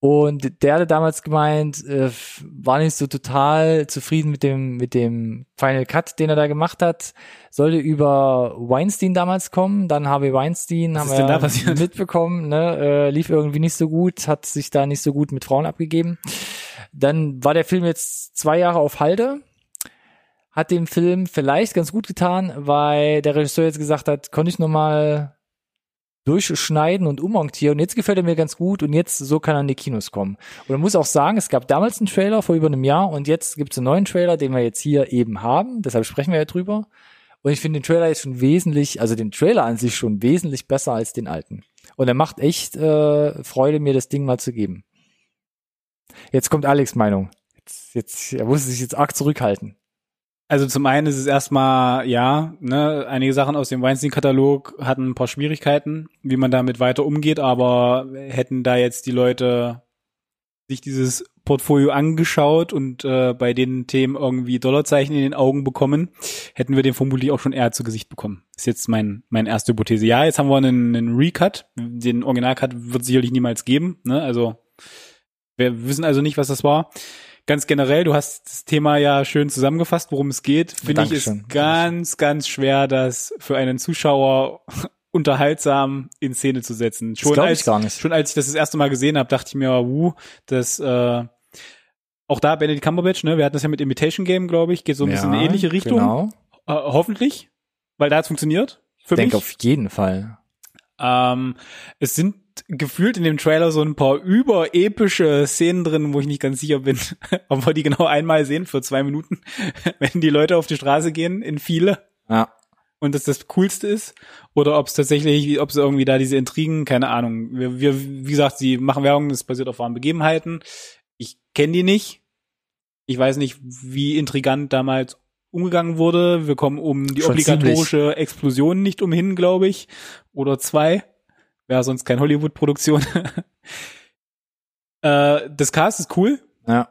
Und der hatte damals gemeint, äh, f- war nicht so total zufrieden mit dem, mit dem Final Cut, den er da gemacht hat. Sollte über Weinstein damals kommen, dann Harvey Weinstein, Was haben ist denn wir da passiert? mitbekommen, ne? äh, lief irgendwie nicht so gut, hat sich da nicht so gut mit Frauen abgegeben. Dann war der Film jetzt zwei Jahre auf Halde hat dem Film vielleicht ganz gut getan, weil der Regisseur jetzt gesagt hat, konnte ich nochmal durchschneiden und ummontieren. Und jetzt gefällt er mir ganz gut und jetzt so kann er in die Kinos kommen. Und man muss auch sagen, es gab damals einen Trailer vor über einem Jahr und jetzt gibt es einen neuen Trailer, den wir jetzt hier eben haben. Deshalb sprechen wir ja drüber. Und ich finde den Trailer jetzt schon wesentlich, also den Trailer an sich schon wesentlich besser als den alten. Und er macht echt äh, Freude, mir das Ding mal zu geben. Jetzt kommt Alex Meinung. Jetzt, jetzt, er muss sich jetzt arg zurückhalten. Also zum einen ist es erstmal, ja, ne, einige Sachen aus dem Weinstein-Katalog hatten ein paar Schwierigkeiten, wie man damit weiter umgeht, aber hätten da jetzt die Leute sich dieses Portfolio angeschaut und äh, bei den Themen irgendwie Dollarzeichen in den Augen bekommen, hätten wir den vermutlich auch schon eher zu Gesicht bekommen. Ist jetzt mein, meine erste Hypothese. Ja, jetzt haben wir einen, einen Recut. Den Originalcut wird es sicherlich niemals geben. Ne? Also wir wissen also nicht, was das war. Ganz generell, du hast das Thema ja schön zusammengefasst, worum es geht. Finde ich Dankeschön. ist ganz, ganz schwer, das für einen Zuschauer unterhaltsam in Szene zu setzen. Schon glaub ich als, gar nicht. Schon als ich das das erste Mal gesehen habe, dachte ich mir, wuh, das äh, auch da Benedict Cumberbatch, ne? Wir hatten das ja mit Imitation Game, glaube ich, geht so ein bisschen in eine ähnliche Richtung. Genau. Äh, hoffentlich, weil da hat's funktioniert. Für Ich denke mich. auf jeden Fall. Ähm, es sind gefühlt in dem Trailer so ein paar überepische Szenen drin, wo ich nicht ganz sicher bin, ob wir die genau einmal sehen für zwei Minuten, wenn die Leute auf die Straße gehen, in viele Ja. und das das Coolste ist oder ob es tatsächlich, ob es irgendwie da diese Intrigen, keine Ahnung. Wir, wir wie gesagt, sie machen Werbung, das basiert auf wahren Begebenheiten. Ich kenne die nicht. Ich weiß nicht, wie intrigant damals umgegangen wurde. Wir kommen um die Schon obligatorische Explosion nicht umhin, glaube ich, oder zwei. Wäre sonst keine Hollywood-Produktion. äh, das Cast ist cool. Ja.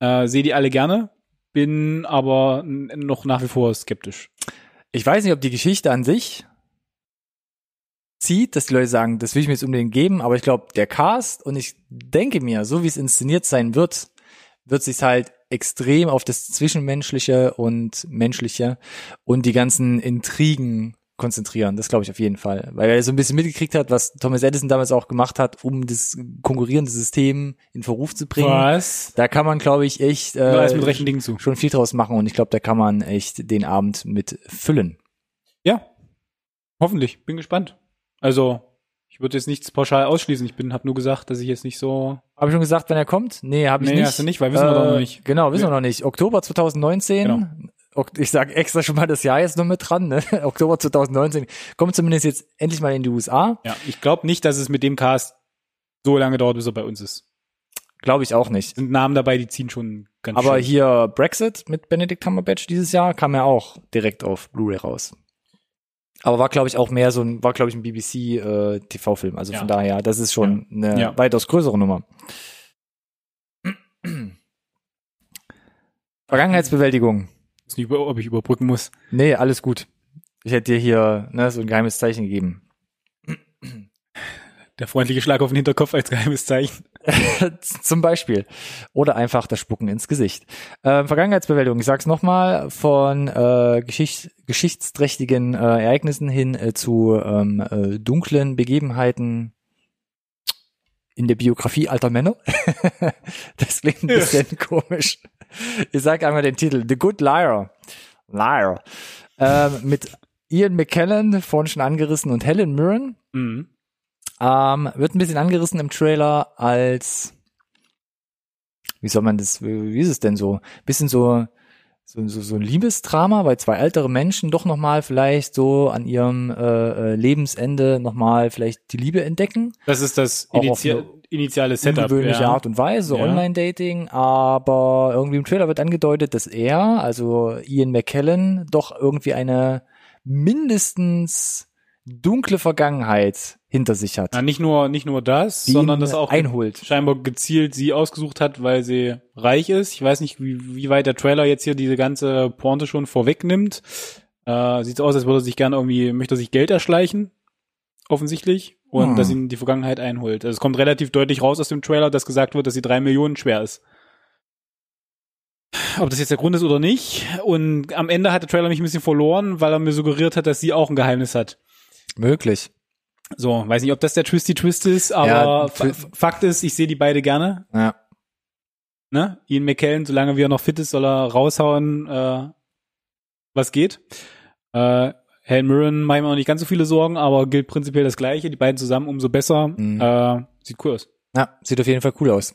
Äh, Sehe die alle gerne. Bin aber n- noch nach wie vor skeptisch. Ich weiß nicht, ob die Geschichte an sich zieht, dass die Leute sagen, das will ich mir jetzt unbedingt geben, aber ich glaube, der Cast und ich denke mir, so wie es inszeniert sein wird, wird sich halt extrem auf das Zwischenmenschliche und Menschliche und die ganzen Intrigen konzentrieren. Das glaube ich auf jeden Fall. Weil er so ein bisschen mitgekriegt hat, was Thomas Edison damals auch gemacht hat, um das konkurrierende System in Verruf zu bringen. Was? Da kann man, glaube ich, echt äh, Da ist mit rechten Dingen zu. schon viel draus machen und ich glaube, da kann man echt den Abend mit füllen. Ja. Hoffentlich. Bin gespannt. Also, ich würde jetzt nichts pauschal ausschließen. Ich bin, habe nur gesagt, dass ich jetzt nicht so. Habe ich schon gesagt, wenn er kommt? Nee, habe ich Nee, nicht. hast du nicht, weil wissen wir doch noch nicht. Genau, wissen wir Wir- noch nicht. Oktober 2019. Genau. Ok- Ich sage extra schon mal das Jahr jetzt noch mit dran. Ne? Oktober 2019 kommt zumindest jetzt endlich mal in die USA. Ja. Ich glaube nicht, dass es mit dem Cast so lange dauert, bis er bei uns ist. Glaube ich auch nicht. Sind Namen dabei, die ziehen schon ganz Aber schön. hier Brexit mit Benedict Cumberbatch dieses Jahr kam ja auch direkt auf Blu-ray raus. Aber war, glaube ich, auch mehr so ein, war, glaube ich, ein BBC-TV-Film. also Ja. von daher, das ist schon eine Ja. weitaus größere Nummer. Vergangenheitsbewältigung. Ich weiß nicht, ob ich überbrücken muss. Nee, alles gut. Ich hätte dir hier ne, so ein geheimes Zeichen gegeben. Der freundliche Schlag auf den Hinterkopf als geheimes Zeichen. Zum Beispiel. Oder einfach das Spucken ins Gesicht. Ähm, Vergangenheitsbewältigung, ich sag's nochmal, von äh, Geschicht, geschichtsträchtigen äh, Ereignissen hin äh, zu ähm, äh, dunklen Begebenheiten in der Biografie alter Männer. das klingt ein Ja. bisschen komisch. Ich sag einmal den Titel. The Good Liar. Liar. Ähm, mit Ian McKellen, vorhin schon angerissen, und Helen Mirren. Mhm. Ähm, wird ein bisschen angerissen im Trailer als, wie soll man das, wie wie ist es denn so? Bisschen so, so, so, so ein Liebesdrama, weil zwei ältere Menschen doch nochmal vielleicht so an ihrem äh, äh, Lebensende nochmal vielleicht die Liebe entdecken. Das ist das Auch auf initi eine initiale Setup. Ungewöhnliche ja. Art und Weise, so Ja. Online-Dating, aber irgendwie im Trailer wird angedeutet, dass er, also Ian McKellen, doch irgendwie eine mindestens dunkle Vergangenheit hinter sich hat. Ja, nicht nur nicht nur das, die sondern ihn das auch einholt. scheinbar gezielt sie ausgesucht hat, weil sie reich ist. Ich weiß nicht, wie, wie weit der Trailer jetzt hier diese ganze Pointe schon vorwegnimmt. Äh, sieht so aus, als würde er sich gerne irgendwie, möchte er sich Geld erschleichen, offensichtlich, und Hm. dass ihn die Vergangenheit einholt. Also es kommt relativ deutlich raus aus dem Trailer, dass gesagt wird, dass sie drei Millionen schwer ist. Ob das jetzt der Grund ist oder nicht. Und am Ende hat der Trailer mich ein bisschen verloren, weil er mir suggeriert hat, dass sie auch ein Geheimnis hat. Möglich. So, weiß nicht, ob das der Twisty Twist ist, aber Ja, Fa- twi- Fakt ist, ich sehe die beide gerne. Ja. Ne? Ian McKellen, solange wie er noch fit ist, soll er raushauen, äh, was geht. Äh, Helen Mirren mache ich mir auch nicht ganz so viele Sorgen, aber gilt prinzipiell das Gleiche. Die beiden zusammen umso besser. Mhm. Äh, sieht cool aus. Ja, sieht auf jeden Fall cool aus.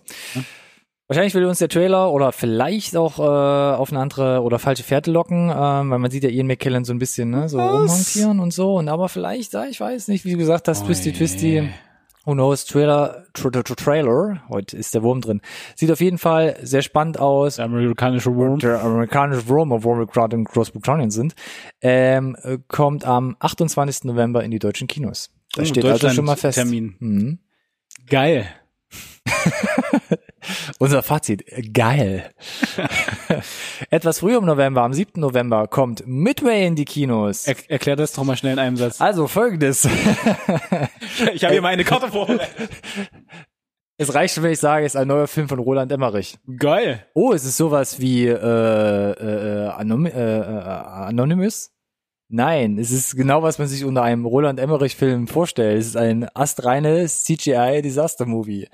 Wahrscheinlich will uns der Trailer oder vielleicht auch äh, auf eine andere oder falsche Fährte locken, ähm, weil man sieht ja Ian McKellen so ein bisschen, ne, so Was? rumhantieren und so. Und aber vielleicht, ja, ich weiß nicht, wie du gesagt hast, twisty twisty. Who knows, Trailer, tra tra tra Trailer, heute ist der Wurm drin. Sieht auf jeden Fall sehr spannend aus. Der amerikanische Wurm. Der amerikanische Wurm, obwohl wir gerade in Großbritannien sind, ähm, äh, kommt am 28. November in die deutschen Kinos. Das Oh, steht also schon mal Deutschland- fest. Termin. Mhm. Geil. Unser Fazit, äh, geil. Etwas früher im November, am 7. November, kommt Midway in die Kinos. Er erklär das doch mal schnell in einem Satz. Also folgendes. Ich habe hier meine Karte vor. es reicht schon, wenn ich sage, es ist ein neuer Film von Roland Emmerich. Geil. Oh, es ist sowas wie äh, äh, äh, Anom äh, äh, Anonymous? Nein, es ist genau, was man sich unter einem Roland Emmerich-Film vorstellt. Es ist ein astreines CGI-Disaster-Movie.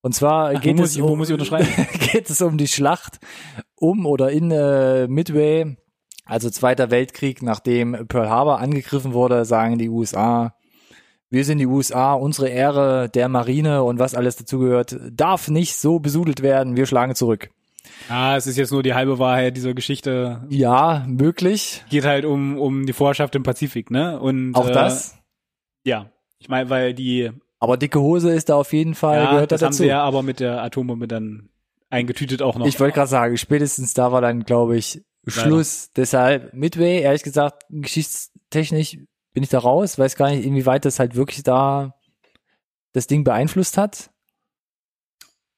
Und zwar Ach, wo geht, muss es ich- wo um, muss ich unterschreiben? geht es um die Schlacht um oder in äh, Midway, also Zweiter Weltkrieg, nachdem Pearl Harbor angegriffen wurde, sagen die USA, wir sind die USA, unsere Ehre der Marine und was alles dazugehört, darf nicht so besudelt werden, wir schlagen zurück. Ah, es ist jetzt nur die halbe Wahrheit dieser Geschichte. Ja, möglich. geht halt um um die Vorherrschaft im Pazifik, ne? Und Auch äh, das. Ja, ich meine, weil die Aber dicke Hose ist da auf jeden Fall, ja, gehört da das haben dazu. sie ja aber mit der Atombombe dann eingetütet auch noch. Ich wollte gerade sagen, spätestens da war dann, glaube ich, Schluss. Deshalb Midway, ehrlich gesagt, geschichtstechnisch bin ich da raus, weiß gar nicht, inwieweit das halt wirklich da das Ding beeinflusst hat.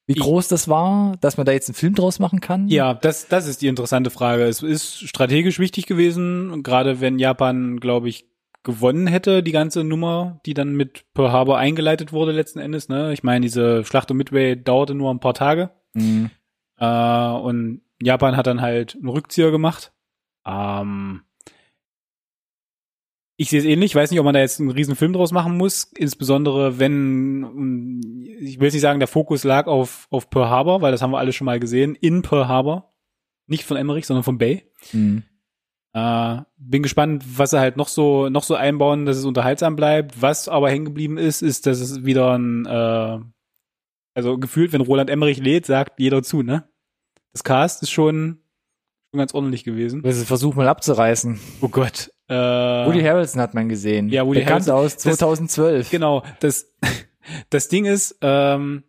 Wie Ich- groß das war, dass man da jetzt einen Film draus machen kann. ja, das das ist die interessante Frage. Es ist strategisch wichtig gewesen, gerade wenn Japan, glaube ich, gewonnen hätte, die ganze Nummer, die dann mit Pearl Harbor eingeleitet wurde letzten Endes, ne? Ich meine, diese Schlacht um Midway dauerte nur ein paar Tage. Mhm. Äh, und Japan hat dann halt einen Rückzieher gemacht. Ähm, ich sehe es ähnlich, weiß nicht, ob man da jetzt einen riesen Film draus machen muss, insbesondere wenn, mm, ich will jetzt nicht sagen, der Fokus lag auf, auf Pearl Harbor, weil das haben wir alle schon mal gesehen, in Pearl Harbor. Nicht von Emmerich, sondern von Bay. Mhm. Äh, bin gespannt, was sie halt noch so, noch so einbauen, dass es unterhaltsam bleibt. Was aber hängen geblieben ist, ist, dass es wieder ein, äh, also gefühlt, wenn Roland Emmerich lädt, sagt jeder zu, ne? Das Cast ist schon, schon ganz ordentlich gewesen. Wir versuchen mal abzureißen. Oh Gott. Äh, Woody Woody Harrelson hat man gesehen. Ja, Woody Bekannt Harrelson. aus Das- 2012. Genau, das, das Ding ist, ähm,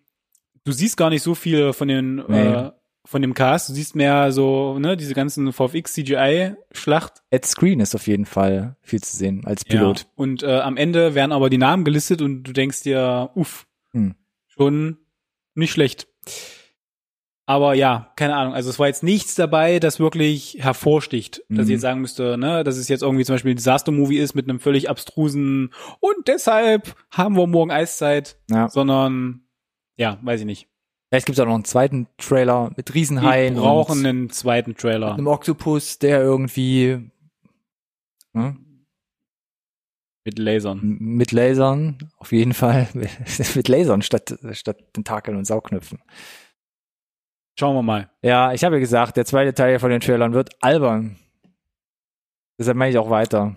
du siehst gar nicht so viel von den Nee. äh, von dem Cast. Du siehst mehr so, ne, diese ganzen VFX-CGI-Schlacht. Ed Screen ist auf jeden Fall viel zu sehen als Pilot. Ja. Und äh, am Ende werden aber die Namen gelistet und du denkst dir, uff, Hm. schon nicht schlecht. Aber ja, keine Ahnung. Also es war jetzt nichts dabei, das wirklich hervorsticht, dass Mhm. ich jetzt sagen müsste, ne, dass es jetzt irgendwie zum Beispiel ein Disaster-Movie ist mit einem völlig abstrusen und deshalb haben wir morgen Eiszeit, Ja. sondern ja, weiß ich nicht. Vielleicht gibt's auch noch einen zweiten Trailer mit Wir Riesenhaien. brauchen und einen zweiten Trailer. einem Oktopus, der irgendwie ne, Mit Lasern. m- mit Lasern, auf jeden Fall mit Lasern statt, statt Tentakeln und Saugknöpfen. Schauen wir mal. Ja, ich habe ja gesagt, der zweite Teil von den Trailern wird albern. Deshalb mache ich auch weiter.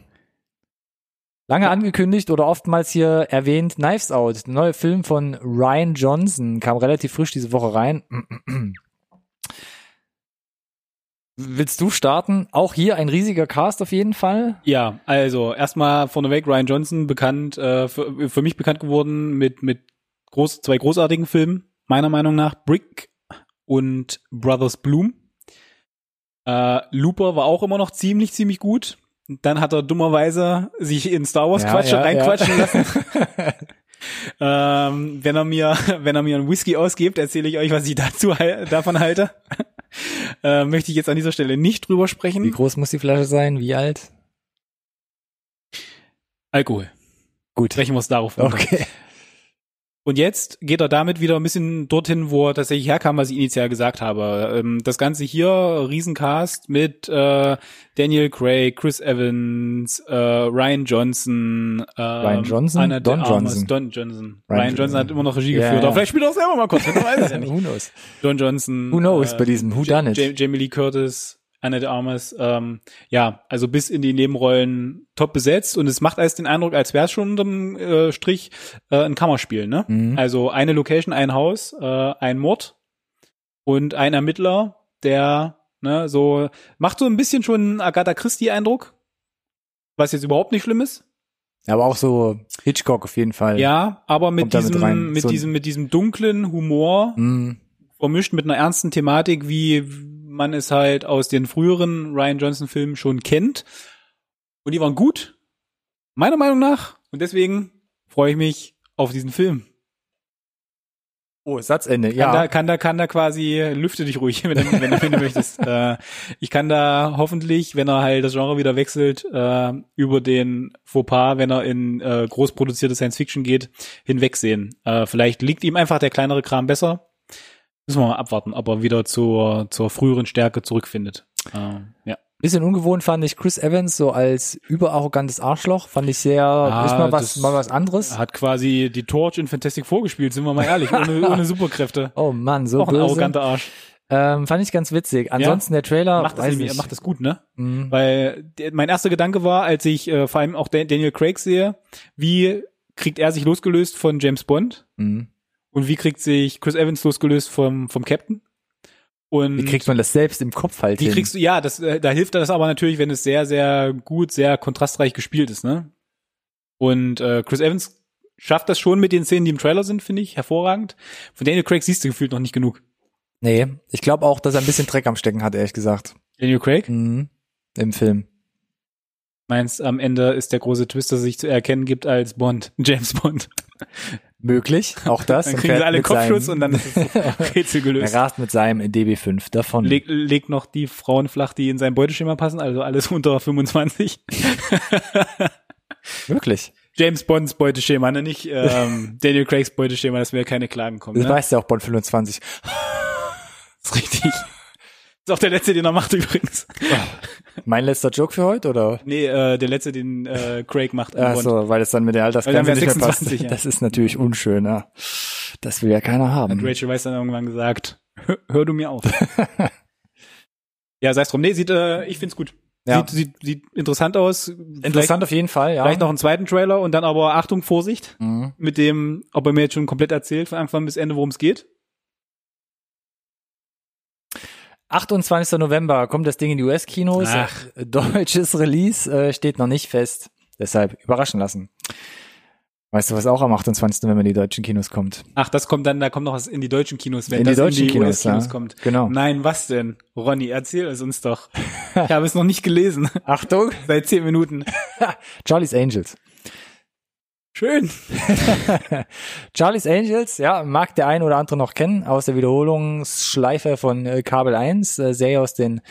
Lange angekündigt oder oftmals hier erwähnt, Knives Out, der neue Film von Ryan Johnson, kam relativ frisch diese Woche rein. Willst du starten? Auch hier ein riesiger Cast auf jeden Fall. Ja, also erstmal vorneweg Ryan Johnson bekannt, äh, für, für mich bekannt geworden mit mit groß, zwei großartigen Filmen meiner Meinung nach Brick und Brothers Bloom. Äh, Looper war auch immer noch ziemlich ziemlich gut. Dann hat er dummerweise sich in Star Wars Ja, Quatsch ja, reinquatschen lassen. ähm, wenn er mir wenn er mir einen Whisky ausgibt, erzähle ich euch, was ich dazu hal- davon halte. äh, möchte ich jetzt an dieser Stelle nicht drüber sprechen. Wie groß muss die Flasche sein? Wie alt? Alkohol. Gut. Brechen wir es darauf. runter. Und jetzt geht er damit wieder ein bisschen dorthin, wo er tatsächlich herkam, was ich initial gesagt habe. Ähm, Das Ganze hier, Riesencast mit äh, Daniel Craig, Chris Evans, äh, Ryan Johnson, äh, Ryan Johnson? Anna de Don Armas, Johnson. Don Johnson. Ryan Ryan, Johnson hat Johnson. immer noch Regie Ja, geführt. ja. Aber vielleicht spielt er auch selber mal kurz. Man weiß es ja nicht. Who knows? Don Johnson. äh, Who knows bei diesem Who Ja- Done Ja- It? Jamie Lee Curtis, Anna de Armas, ähm, ja, also bis in die Nebenrollen top besetzt und es macht als den Eindruck, als wäre es schon unterm äh, Strich äh, ein Kammerspiel, ne? Mhm. Also eine Location, ein Haus, äh, ein Mord und ein Ermittler, der ne, so macht so ein bisschen schon einen Agatha Christie Eindruck, was jetzt überhaupt nicht schlimm ist. Aber auch so Hitchcock auf jeden Fall. Ja, aber mit Kommt damit diesem rein. mit So ein- diesem mit diesem dunklen Humor Mhm. vermischt mit einer ernsten Thematik, wie man es halt aus den früheren Ryan Johnson Filmen schon kennt. Und die waren gut, meiner Meinung nach. Und deswegen freue ich mich auf diesen Film. Oh, Satzende, ja. Kann da, kann da, kann da quasi, lüfte dich ruhig, wenn, du- wenn, du- wenn du möchtest. Äh, ich kann da hoffentlich, wenn er halt das Genre wieder wechselt, äh, über den Fauxpas, wenn er in äh, groß produzierte Science Fiction geht, hinwegsehen. Äh, vielleicht liegt ihm einfach der kleinere Kram besser. Müssen wir mal abwarten, ob er wieder zur, zur früheren Stärke zurückfindet. Äh, ja. Bisschen ungewohnt fand ich Chris Evans so als überarrogantes Arschloch. Fand ich sehr, Ah, ist mal was, das- Ah. mal was anderes. Er hat quasi die Torch in Fantastic vorgespielt, sind wir mal ehrlich, ohne, ohne Superkräfte. Oh Mann, so Auch ein böse. arroganter Arsch. Ähm, fand ich ganz witzig. Ansonsten der Trailer, Macht das, weiß nämlich- ich. macht das gut, ne? Mhm. Weil der, mein erster Gedanke war, als ich äh, vor allem auch Dan- Daniel Craig sehe, wie kriegt er sich losgelöst von James Bond Mhm. und wie kriegt sich Chris Evans losgelöst vom, vom Captain? Und Wie kriegt man das selbst im Kopf halt die hin? Hm. kriegst du, ja, das, äh, da hilft das aber natürlich, wenn es sehr, sehr gut, sehr kontrastreich gespielt ist, ne? Und äh, Chris Evans schafft das schon mit den Szenen, die im Trailer sind, finde ich, hervorragend. Von Daniel Craig siehst du gefühlt noch nicht genug. nee, ich glaube auch, dass er ein bisschen Dreck am Stecken hat, ehrlich gesagt. Daniel Craig? Mhm. Im Film. Meinst, am Ende ist der große Twist, dass er sich zu erkennen gibt als Bond, James Bond. Möglich, auch das. Dann Und kriegen fährt sie alle mit Kopfschuss seinem- und dann ist das Rätsel Er gelöst. rast mit seinem DB5 davon. Leg, legt noch die Frauen flach, die in sein Beuteschema passen, also alles unter 25. Möglich. James Bonds Beuteschema, ne? nicht ähm, Daniel Craigs Beuteschema, dass mir keine Klagen kommen. Das Ne? weiß ja auch Bond 25. ist richtig. Ist auch der letzte, den er macht übrigens. Oh. Mein letzter Joke für heute, oder? Nee, äh, der letzte, den äh, Craig macht. in Ach Bond. so, weil das dann mit der Weil dann Altersgrenze wär nicht mehr passt. 26, ja. Das ist natürlich unschön, ja. Das will ja keiner haben. Rachel Weisz dann irgendwann gesagt, hör, hör du mir auf. ja, sei's drum. Nee, sieht, äh, ich find's gut. Ja. Sieht, sieht, sieht interessant aus. Vielleicht- Interessant auf jeden Fall, ja. Vielleicht noch einen zweiten Trailer und dann aber Achtung, Vorsicht, Mhm. mit dem, ob er mir jetzt schon komplett erzählt, von Anfang bis Ende, worum es geht. 28. November kommt das Ding in die US-Kinos. Ach. äh, Deutsches Release äh, steht noch nicht fest. Deshalb überraschen lassen. Weißt du, was auch am 28. wenn man in die deutschen Kinos kommt? Ach, das kommt dann, da kommt noch was in die deutschen Kinos, wenn In die das deutschen in die Kinos, US-Kinos ja. kommt. Genau. Nein, was denn? Ronny, erzähl es uns doch. Ich habe es noch nicht gelesen. Achtung! Seit zehn Minuten. Charlie's Angels. Schön. Charlie's Angels, ja, mag der ein oder andere noch kennen aus der Wiederholungsschleife von äh, Kabel 1, äh, Serie aus den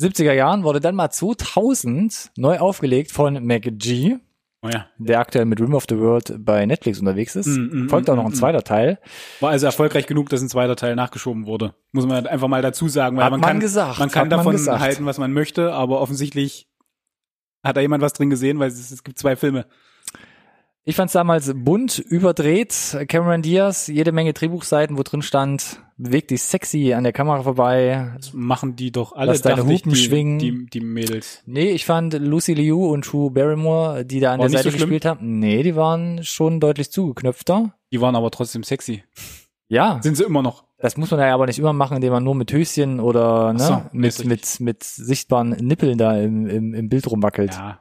70er Jahren, wurde dann mal 2000 neu aufgelegt von MacG, Oh ja. der aktuell mit Rim of the World bei Netflix unterwegs ist. Mm, mm, Folgt auch noch ein zweiter Teil. War also erfolgreich genug, dass ein zweiter Teil nachgeschoben wurde. Muss man halt einfach mal dazu sagen, weil Hat man, man kann, gesagt, man kann hat man davon gesagt. halten, was man möchte, aber offensichtlich hat da jemand was drin gesehen, weil es, es gibt zwei Filme. Ich fand es damals bunt, überdreht. Cameron Diaz, jede Menge Drehbuchseiten, wo drin stand, beweg dich sexy an der Kamera vorbei. Das machen die doch alle, Lass deine dachte ich, Hupen die, schwingen. Die, die Mädels. Nee, ich fand Lucy Liu und Drew Barrymore, die da an War der nicht so Seite schlimm? gespielt haben, nee, die waren schon deutlich zugeknöpfter. Die waren aber trotzdem sexy. Ja, Sind sie immer noch. das muss man ja aber nicht immer machen, indem man nur mit Höschen oder ne, so, mit, richtig. mit, mit sichtbaren Nippeln da im, im, im Bild rumwackelt. Ja.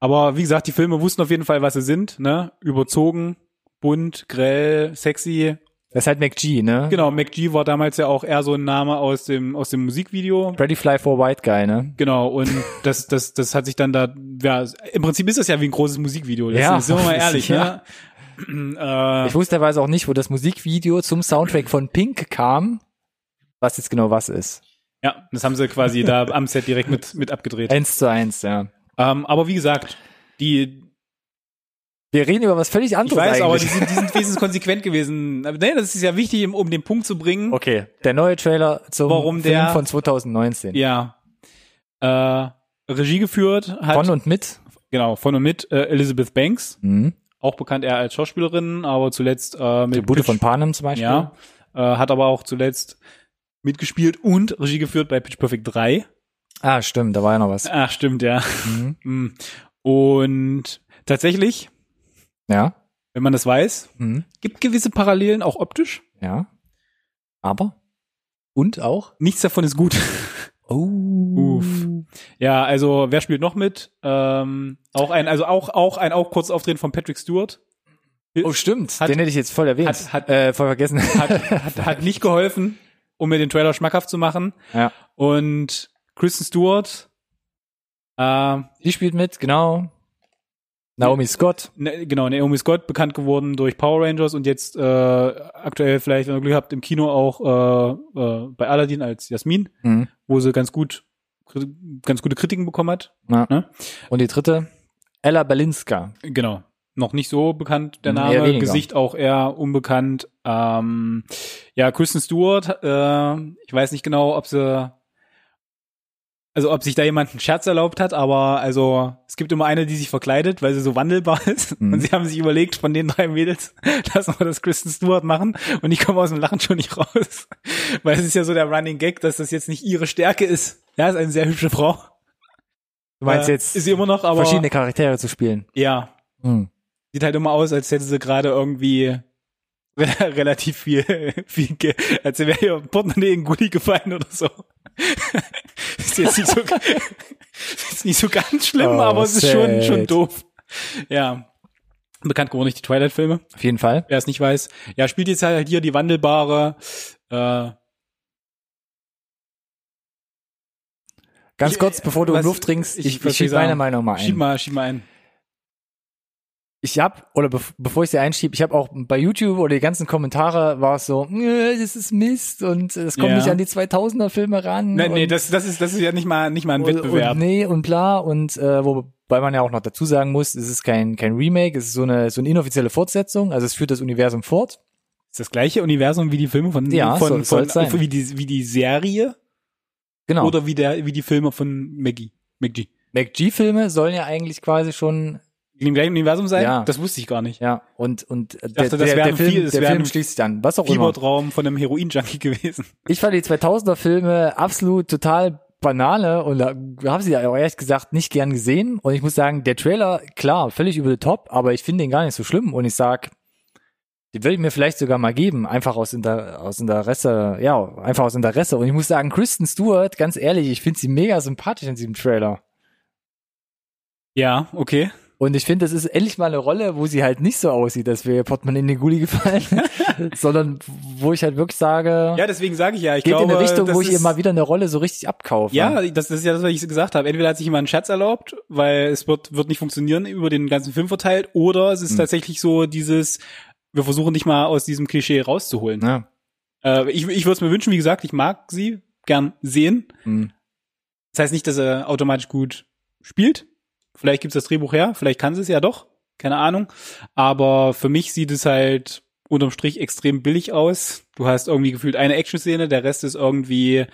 aber wie gesagt, die Filme wussten auf jeden Fall, was sie sind, ne? Überzogen, bunt, grell, sexy. Das ist halt McG, ne? Genau, MacG war damals ja auch eher so ein Name aus dem, aus dem Musikvideo. Ready Fly for White Guy, ne? Genau, und das, das, das hat sich dann da, ja, im Prinzip ist das ja wie ein großes Musikvideo. Das Ja. ja. Sind wir mal ehrlich, Ja. ne? Ich wusste teilweise auch nicht, wo das Musikvideo zum Soundtrack von Pink kam, was jetzt genau was ist. Äh, ja, das haben sie quasi da am Set direkt mit, mit abgedreht. Eins zu eins, ja. Ähm, aber wie gesagt, die, Wir reden über was völlig ich anderes weiß, aber die eigentlich. sind, die sind wesentlich konsequent gewesen. Aber Nee, das ist ja wichtig, um- um den Punkt zu bringen. okay, der neue Trailer zum Warum Film der- von 2019. Ja. Äh, Regie geführt hat, Von und mit. genau, von und mit äh, Elizabeth Banks, Mhm. auch bekannt eher als Schauspielerin, aber zuletzt äh, mit Der Bude Pitch- von Panem zum Beispiel. Ja, äh, hat aber auch zuletzt mitgespielt und Regie geführt bei Pitch Perfect 3. Ah, stimmt, da war ja noch was. Ach, stimmt, ja. Mhm. Mm. Und tatsächlich, Ja. wenn man das weiß, Mhm. gibt gewisse Parallelen, auch optisch. Ja. Aber? Und auch? Nichts davon ist gut. Oh. Uff. Ja, also wer spielt noch mit? Ähm, auch ein, also auch, auch ein auch kurz Auftreten von Patrick Stewart. Oh, stimmt. Hat- Den hätte ich jetzt voll erwähnt. hat- hat- äh, voll vergessen. Hat, hat, hat nicht geholfen, um mir den Trailer schmackhaft zu machen. ja. Und Kristen Stewart, äh, Die spielt mit, genau. Naomi Scott. Ne, genau, Naomi Scott, bekannt geworden durch Power Rangers und jetzt äh, aktuell vielleicht, wenn ihr Glück habt, im Kino auch äh, äh, bei Aladdin als Jasmin, Mhm. wo sie ganz gut kri- ganz gute Kritiken bekommen hat. Ja. Ne? Und die dritte? Ella Balinska. Genau. Noch nicht so bekannt der Mhm, eher Name, weniger. Gesicht auch eher unbekannt. Ähm, ja, Kristen Stewart, äh, ich weiß nicht genau, ob sie also ob sich da jemand einen Scherz erlaubt hat, aber also es gibt immer eine, die sich verkleidet, weil sie so wandelbar ist. Mhm. Und sie haben sich überlegt, von den drei Mädels, lassen wir das Kristen Stewart machen. Und ich komme aus dem Lachen schon nicht raus. Weil es ist ja so der Running Gag, dass das jetzt nicht ihre Stärke ist. Ja, ist eine sehr hübsche Frau. Du meinst Äh, jetzt ist sie immer noch, aber verschiedene Charaktere zu spielen. ja, Mhm. sieht halt immer aus, als hätte sie gerade irgendwie re- relativ viel, viel Ge- als wäre ihr Portemonnaie in Gulli gefallen oder so. ist jetzt nicht so, ist nicht so ganz schlimm, Oh, aber es ist schon, sad. schon doof. Ja. Bekannt geworden durch die Twilight-Filme, Auf jeden Fall. wer es nicht weiß. Ja, spielt jetzt halt hier die wandelbare, äh, Ganz Ich- kurz, bevor du was- Luft trinkst, ich, ich- ich, was will ich schieb meine sagen? Meinung mal ein. schieb mal, schieb mal ein. ich hab, oder bev bevor ich sie einschiebe, ich habe auch bei YouTube oder die ganzen Kommentare war es so, "Nö, das ist Mist und es kommt Ja. nicht an die 2000er Filme ran. Nein, nee, und, das, das ist, das ist ja nicht mal, nicht mal ein und, Wettbewerb. Und nee und bla und äh, wobei man ja auch noch dazu sagen muss, es ist kein kein Remake, es ist so eine so eine inoffizielle Fortsetzung, also es führt das Universum fort. Ist das gleiche Universum wie die Filme von, Ja, von, so- von, soll's sein. wie die, wie die Serie? Genau. Oder wie der, wie die Filme von Maggie. McG. MacG Filme sollen ja eigentlich quasi schon In dem gleichen Universum sein? Ja. Das wusste ich gar nicht. ja und und äh, der, dachte, das der, wären der Film viel- es der wären Film schließt sich an, was auch immer. Fiebertraum von einem Heroin-Junkie gewesen. Ich fand die 2000er Filme absolut total banale und habe sie auch ehrlich gesagt nicht gern gesehen und ich muss sagen, der Trailer, klar, völlig über the top, aber ich finde den gar nicht so schlimm und ich sag, den würde ich mir vielleicht sogar mal geben, einfach aus, Inter aus Interesse, ja, einfach aus Interesse und ich muss sagen, Kristen Stewart, ganz ehrlich, ich finde sie mega sympathisch in diesem Trailer. Ja, okay. Und ich finde, das ist endlich mal eine Rolle, wo sie halt nicht so aussieht, dass wir Portemonnaie in den Gully gefallen, sondern wo ich halt wirklich sage, Ja, deswegen sage ich ja, ich geht glaube, in eine Richtung, das wo ich ihr ist- mal wieder eine Rolle so richtig abkaufe. Ja, das, das ist ja das, was ich gesagt habe. Entweder hat sich jemand einen Schatz erlaubt, weil es wird, wird nicht funktionieren über den ganzen Film verteilt, oder es ist Hm. tatsächlich so dieses, wir versuchen dich mal aus diesem Klischee rauszuholen. Ja. Äh, ich ich würde es mir wünschen, wie gesagt, ich mag sie gern sehen. Mhm. Das heißt nicht, dass er automatisch gut spielt. Vielleicht gibt's das Drehbuch her, vielleicht kann sie es ja doch, keine Ahnung. Aber für mich sieht es halt unterm Strich extrem billig aus. Du hast irgendwie gefühlt eine Action-Szene, der Rest ist irgendwie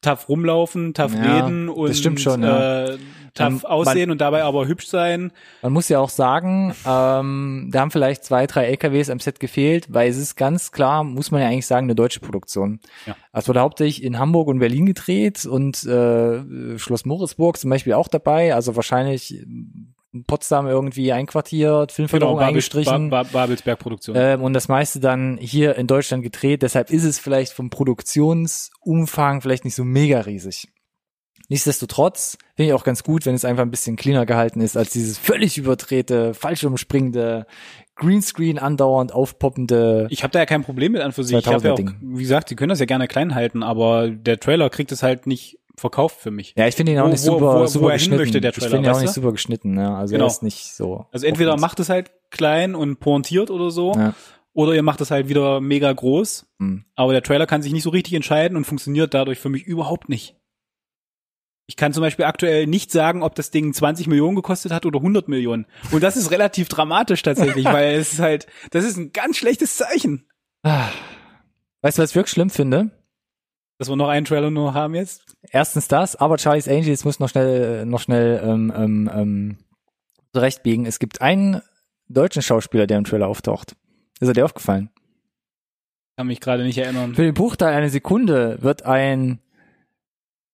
tough rumlaufen, tough Ja, reden und stimmt schon, ja. äh, Ähm, tough aussehen und dabei aber hübsch sein. Man muss ja auch sagen, ähm, da haben vielleicht zwei, drei LKWs am Set gefehlt, weil es ist ganz klar, muss man ja eigentlich sagen, eine deutsche Produktion. Ja. Es wurde hauptsächlich in Hamburg und Berlin gedreht und äh, Schloss Moritzburg zum Beispiel auch dabei, also wahrscheinlich äh, Potsdam irgendwie einquartiert, Filmförderung Genau, eingestrichen. Genau, ba ba Babelsberg-Produktion. Ähm, und das meiste dann hier in Deutschland gedreht. Deshalb ist es vielleicht vom Produktionsumfang vielleicht nicht so mega riesig. Nichtsdestotrotz finde ich auch ganz gut, wenn es einfach ein bisschen cleaner gehalten ist, als dieses völlig überdrehte, fallschirmspringende, Greenscreen andauernd aufpoppende. Ich habe da ja kein Problem mit an für sich. Ich hab ja 2000er auch, Ding. wie gesagt, die können das ja gerne klein halten, aber der Trailer kriegt es halt nicht verkauft für mich. Ja, ich finde ihn auch Wo- nicht wo- super, wo- wo super er hin geschnitten. möchte, der ich Trailer, finde ihn auch weißt nicht du? super geschnitten, ne? Also Genau. er ist nicht so. Also entweder offensiv. macht es halt klein und pointiert oder so, Ja. oder ihr macht es halt wieder mega groß. Hm. Aber der Trailer kann sich nicht so richtig entscheiden und funktioniert dadurch für mich überhaupt nicht. Ich kann zum Beispiel aktuell nicht sagen, ob das Ding 20 Millionen gekostet hat oder 100 Millionen. Und das ist relativ dramatisch tatsächlich, weil es ist halt, das ist ein ganz schlechtes Zeichen. Ah. Weißt du, was ich wirklich schlimm finde? Dass wir noch einen Trailer nur haben jetzt. erstens das, aber Charlie's Angels muss noch schnell, noch schnell ähm, ähm, ähm, zurechtbiegen. Es gibt einen deutschen Schauspieler, der im Trailer auftaucht. Ist er dir aufgefallen? Kann mich gerade nicht erinnern. Für den Bruchteil einer Sekunde wird ein,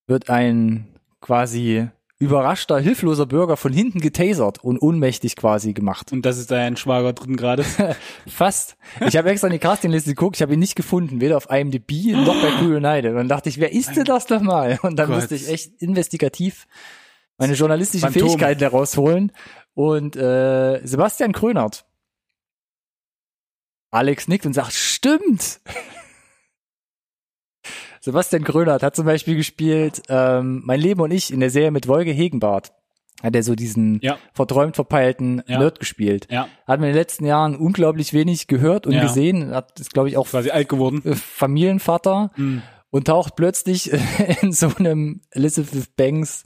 wird ein quasi überraschter, hilfloser Bürger von hinten getasert und ohnmächtig quasi gemacht. Und das ist dein Schwager drin gerade. Fast. Ich habe extra in die Castingliste geguckt, ich habe ihn nicht gefunden, weder auf IMDb noch bei Cool United. Und dann dachte ich, wer ist denn das nochmal? Und dann Gott. musste ich echt investigativ meine journalistischen Phantom. Fähigkeiten herausholen. Und äh, Sebastian Krönert. Alex nickt und sagt, stimmt. Sebastian Krönert hat zum Beispiel gespielt ähm, Mein Leben und ich in der Serie mit Wolge Hegenbart. Hat er so diesen Ja. verträumt verpeilten Ja. Nerd gespielt Ja, hat man in den letzten Jahren unglaublich wenig gehört und Ja. gesehen, hat ist glaube ich auch quasi alt geworden. äh, Familienvater Hm. und taucht plötzlich in so einem Elizabeth Banks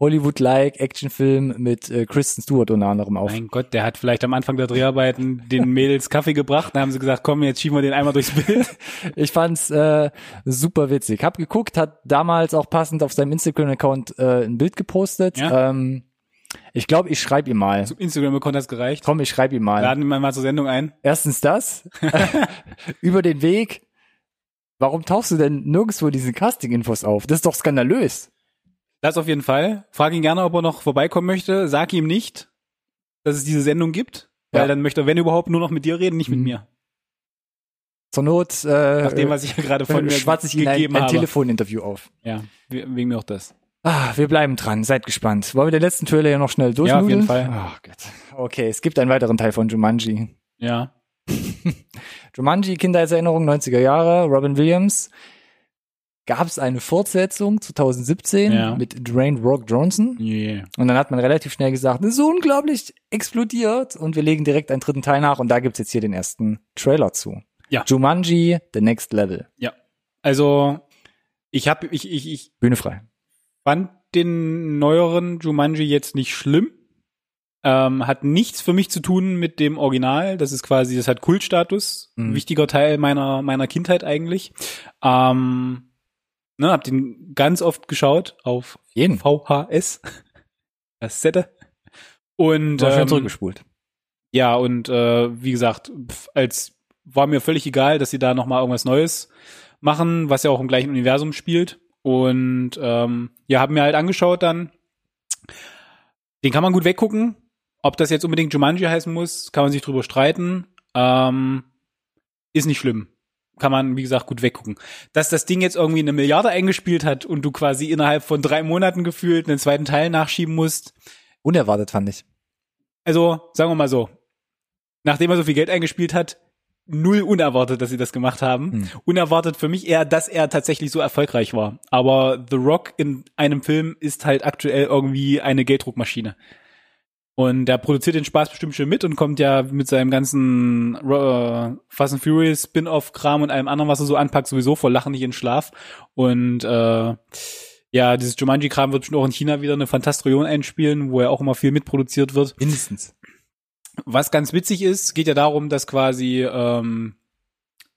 Hollywood-like Actionfilm mit äh, Kristen Stewart unter anderem auf. Mein Gott, der hat vielleicht am Anfang der Dreharbeiten den Mädels Kaffee gebracht. Dann haben sie gesagt, komm, jetzt schieben wir den einmal durchs Bild. Ich fand's äh, super witzig. Hab geguckt, hat damals auch passend auf seinem Instagram-Account äh, ein Bild gepostet. Ja. Ähm, ich glaube, ich schreibe ihm mal. Zum Instagram-Account hat's gereicht. Komm, ich schreibe ihm mal. Laden wir mal zur Sendung ein. Erstens das. über den Weg. Warum tauchst du denn nirgendwo diese Casting-Infos auf? Das ist doch skandalös. Das auf jeden Fall. Frag ihn gerne, ob er noch vorbeikommen möchte. Sag ihm nicht, dass es diese Sendung gibt. Weil Ja. dann möchte er, wenn überhaupt, nur noch mit dir reden, nicht mit Mhm. mir. Zur Not äh, Nach dem, was ich hier gerade von äh, mir schwatze ich Ihnen ein, gegeben ein habe. Telefoninterview auf. Ja, we- wegen mir auch das. Ah, wir bleiben dran. Seid gespannt. Wollen wir den letzten Trailer ja noch schnell Ja, auf durchnudeln? jeden Fall. Ah, Gott. Okay, es gibt einen weiteren Teil von Jumanji. Ja. Jumanji, Kindheitserinnerung, 90er Jahre, Robin Williams. Gab es eine Fortsetzung 2017 Ja. mit Dwayne Rock Johnson? Yeah. Und dann hat man relativ schnell gesagt, das ist unglaublich explodiert und wir legen direkt einen dritten Teil nach und da gibt's jetzt hier den ersten Trailer zu. Ja. Jumanji, The Next Level. Also, ich habe, ich, ich, ich, Bühne frei. fand den neueren Jumanji jetzt nicht schlimm. Ähm, hat nichts für mich zu tun mit dem Original. Das ist quasi, das hat Kultstatus. Mhm. Wichtiger Teil meiner, meiner Kindheit eigentlich. Ähm, ne, hab den ganz oft geschaut auf Jeden. VHS. Kassette. Und, War schön ähm, zurückgespult. ja, und äh, wie gesagt, pf, als war mir völlig egal, dass sie da nochmal irgendwas Neues machen, was ja auch im gleichen Universum spielt. Und ähm, ja, haben mir halt angeschaut dann. Den kann man gut weggucken. Ob das jetzt unbedingt Jumanji heißen muss, kann man sich drüber streiten. Ähm, ist nicht schlimm. Kann man, wie gesagt, gut weggucken. Dass das Ding jetzt irgendwie eine Milliarde eingespielt hat und du quasi innerhalb von drei Monaten gefühlt einen zweiten Teil nachschieben musst, Unerwartet fand ich. also sagen wir mal so, nachdem er so viel Geld eingespielt hat, null unerwartet, dass sie das gemacht haben. Hm. Unerwartet für mich eher, dass er tatsächlich so erfolgreich war. Aber The Rock in einem Film ist halt aktuell irgendwie eine Gelddruckmaschine. Und er produziert den Spaß bestimmt schon mit und kommt ja mit seinem ganzen äh, Fast and Furious Spin-off-Kram und allem anderen, was er so anpackt, sowieso vor Lachen nicht in Schlaf. Und äh, ja, dieses Jumanji-Kram wird bestimmt auch in China wieder eine Fantastrion einspielen, wo ja auch immer viel mitproduziert wird. Mindestens. Was ganz witzig ist, geht ja darum, dass quasi ähm,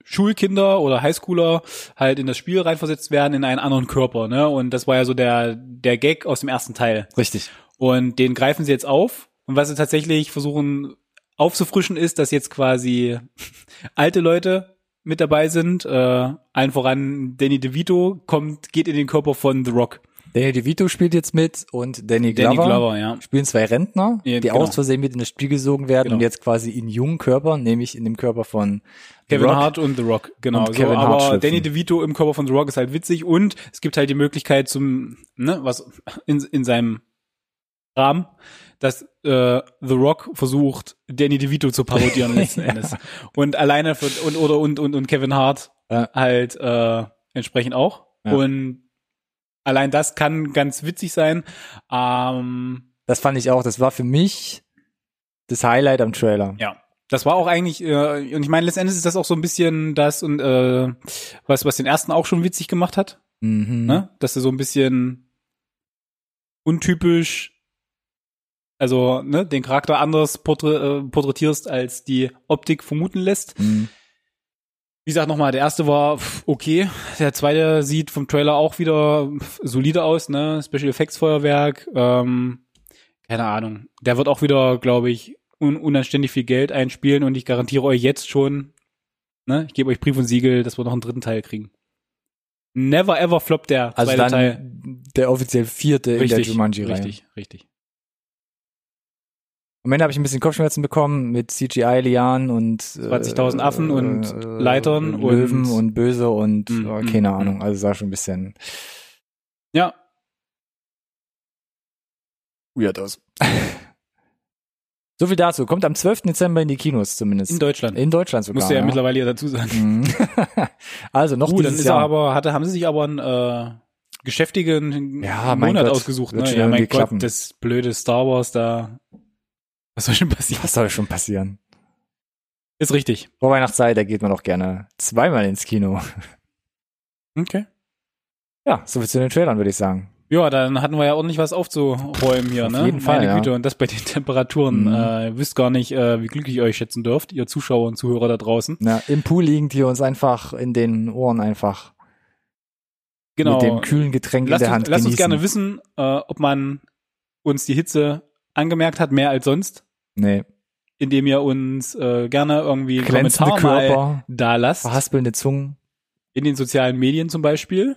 Schulkinder oder Highschooler halt in das Spiel reinversetzt werden in einen anderen Körper, ne? Und das war ja so der der Gag aus dem ersten Teil. Richtig. Und den greifen sie jetzt auf. Und was sie tatsächlich versuchen aufzufrischen ist, dass jetzt quasi alte Leute mit dabei sind. Äh, allen voran Danny DeVito kommt, geht in den Körper von The Rock. Danny DeVito spielt jetzt mit und Danny Glover. Danny Glover, ja. Spielen zwei Rentner, Ja, die genau. aus Versehen mit in das Spiel gesogen werden Genau. und jetzt quasi in jungen Körpern, nämlich in dem Körper von Kevin Rock. Hart und The Rock, genau. Und Kevin so, Hart aber schlüpfen. Danny DeVito im Körper von The Rock ist halt witzig und es gibt halt die Möglichkeit zum, ne, was in, in seinem Rahmen, dass äh, The Rock versucht, Danny DeVito zu parodieren letzten Endes. Und alleine für, und oder und und und Kevin Hart Ja. halt äh, entsprechend auch. Ja. Und allein das kann ganz witzig sein. Ähm, Das fand ich auch. Das war für mich das Highlight am Trailer. Ja. Das war auch eigentlich, äh, und ich meine, letztendlich ist das auch so ein bisschen das und äh, was, was den ersten auch schon witzig gemacht hat, Mhm. ne? Dass er so ein bisschen untypisch, also ne, den Charakter anders porträ äh, porträtierst, als die Optik vermuten lässt. Mhm. Wie gesagt nochmal, der erste war pff, okay, der zweite sieht vom Trailer auch wieder pff, solide aus, ne? Special Effects Feuerwerk, ähm, keine Ahnung. Der wird auch wieder, glaube ich, un unanständig viel Geld einspielen und ich garantiere euch jetzt schon, ne? Ich gebe euch Brief und Siegel, dass wir noch einen dritten Teil kriegen. Never ever floppt der Also zweite dann Teil. der offiziell vierte in der Richtig, Jumanji-Reihe. richtig, richtig. Am Ende habe ich ein bisschen Kopfschmerzen bekommen mit CGI-Lianen und äh, 20.000 Affen und Leitern und- Löwen und, Böse und Mm, äh, mm, keine mm. Ahnung. Also sah schon ein bisschen Ja, weird aus. so viel dazu. Kommt am 12. Dezember in die Kinos zumindest. in Deutschland. In Deutschland sogar. Musst du ja, mittlerweile ja dazu sagen. Mhm. also noch Uh, dann dieses ist Jahr. er aber, hatte, haben sie sich aber einen äh, geschäftigen Ja, mein Monat Gott, ausgesucht. wird Ne? schon Ja, mein irgendwie Gott, klappen. das blöde Star Wars da. Was soll schon passieren? Was soll schon passieren? Ist richtig. Vor Weihnachtszeit, da geht man auch gerne zweimal ins Kino. Okay. Ja, soviel zu den Trailern, würde ich sagen. Ja, dann hatten wir ja ordentlich was aufzuräumen hier, Auf ne? jeden Fall, Meine ja. Güte, und das bei den Temperaturen. Mhm. Äh, ihr wisst gar nicht, äh, wie glücklich ihr euch schätzen dürft, ihr Zuschauer und Zuhörer da draußen. Na, Im Pool liegend hier uns einfach in den Ohren einfach Genau. mit dem kühlen Getränk lasst in der uns, Hand lasst uns genießen. gerne wissen, äh, ob man uns die Hitze angemerkt hat, mehr als sonst, nee, indem ihr uns äh, gerne irgendwie einen glänzende Kommentar mal Körper, da lasst. verhaspelnde Zungen. In den sozialen Medien zum Beispiel.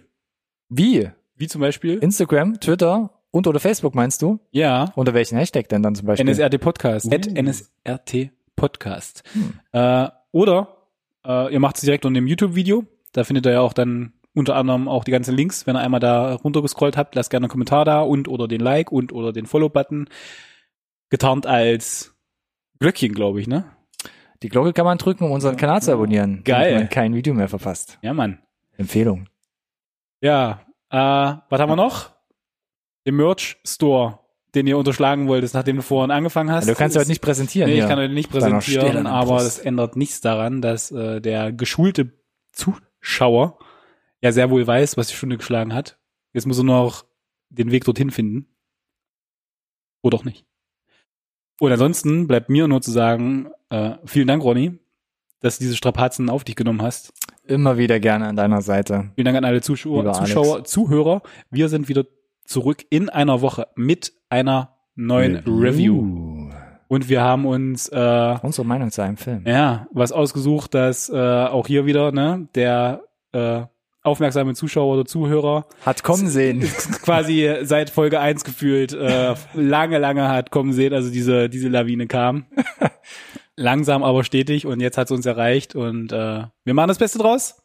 Wie? Wie zum Beispiel? Instagram, Twitter und oder Facebook meinst du? ja. Unter welchen Hashtag denn dann zum Beispiel? NSRT Podcast. Uh. At NSRT Podcast. Hm. Äh, oder äh, ihr macht es direkt unter dem YouTube-Video. Da findet ihr ja auch dann unter anderem auch die ganzen Links. Wenn ihr einmal da runtergescrollt habt, lasst gerne einen Kommentar da und oder den Like und oder den Follow-Button. Getarnt als Glöckchen, glaube ich, ne? Die Glocke kann man drücken, um unseren Kanal zu abonnieren. Geil. Damit man kein Video mehr verpasst. Ja, Mann. Empfehlung. Ja. Äh, was haben wir noch? Den Merch-Store, den ihr unterschlagen wolltest, nachdem du vorhin angefangen hast. du kannst ja Ist- heute nicht präsentieren Nee, hier. ich kann heute nicht Kleiner Stern an präsentieren, der aber Brust. das ändert nichts daran, dass äh, der geschulte Zuschauer ja sehr wohl weiß, was die Stunde geschlagen hat. Jetzt muss er noch den Weg dorthin finden. Oder auch nicht. Und ansonsten bleibt mir nur zu sagen, äh, vielen Dank, Ronny, dass du diese Strapazen auf dich genommen hast. Immer wieder gerne an deiner Seite. Vielen Dank an alle Zuschauer, Lieber Alex. Zuschauer Zuhörer. Wir sind wieder zurück in einer Woche mit einer neuen Review. Und wir haben uns äh, Unsere Meinung zu einem Film. Ja, was ausgesucht, dass äh, auch hier wieder ne, der äh, aufmerksame Zuschauer oder Zuhörer Hat kommen sehen. quasi seit Folge 1 gefühlt äh, lange, lange hat kommen sehen, also diese, diese Lawine kam. Langsam, aber stetig und jetzt hat es uns erreicht und äh, wir machen das Beste draus.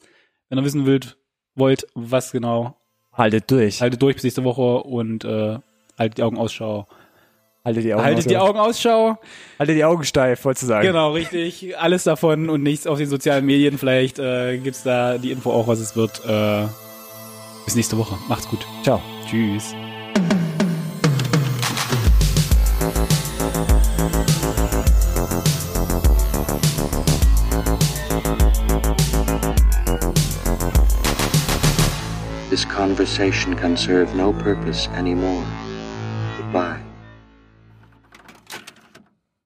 Wenn ihr wissen wollt, wollt was genau, Haltet durch. Halt- haltet durch bis nächste Woche und äh, haltet die Augen ausschau Haltet die Augen, Haltet die Ausschau. Augen Ausschau. Haltet die Augen steif, wolltest du sagen. Genau, richtig. Alles davon und nichts auf den sozialen Medien. Vielleicht äh, gibt's da die Info auch, was es wird. Äh, bis nächste Woche. Macht's gut. Ciao. Tschüss. This conversation can serve no purpose anymore. Goodbye.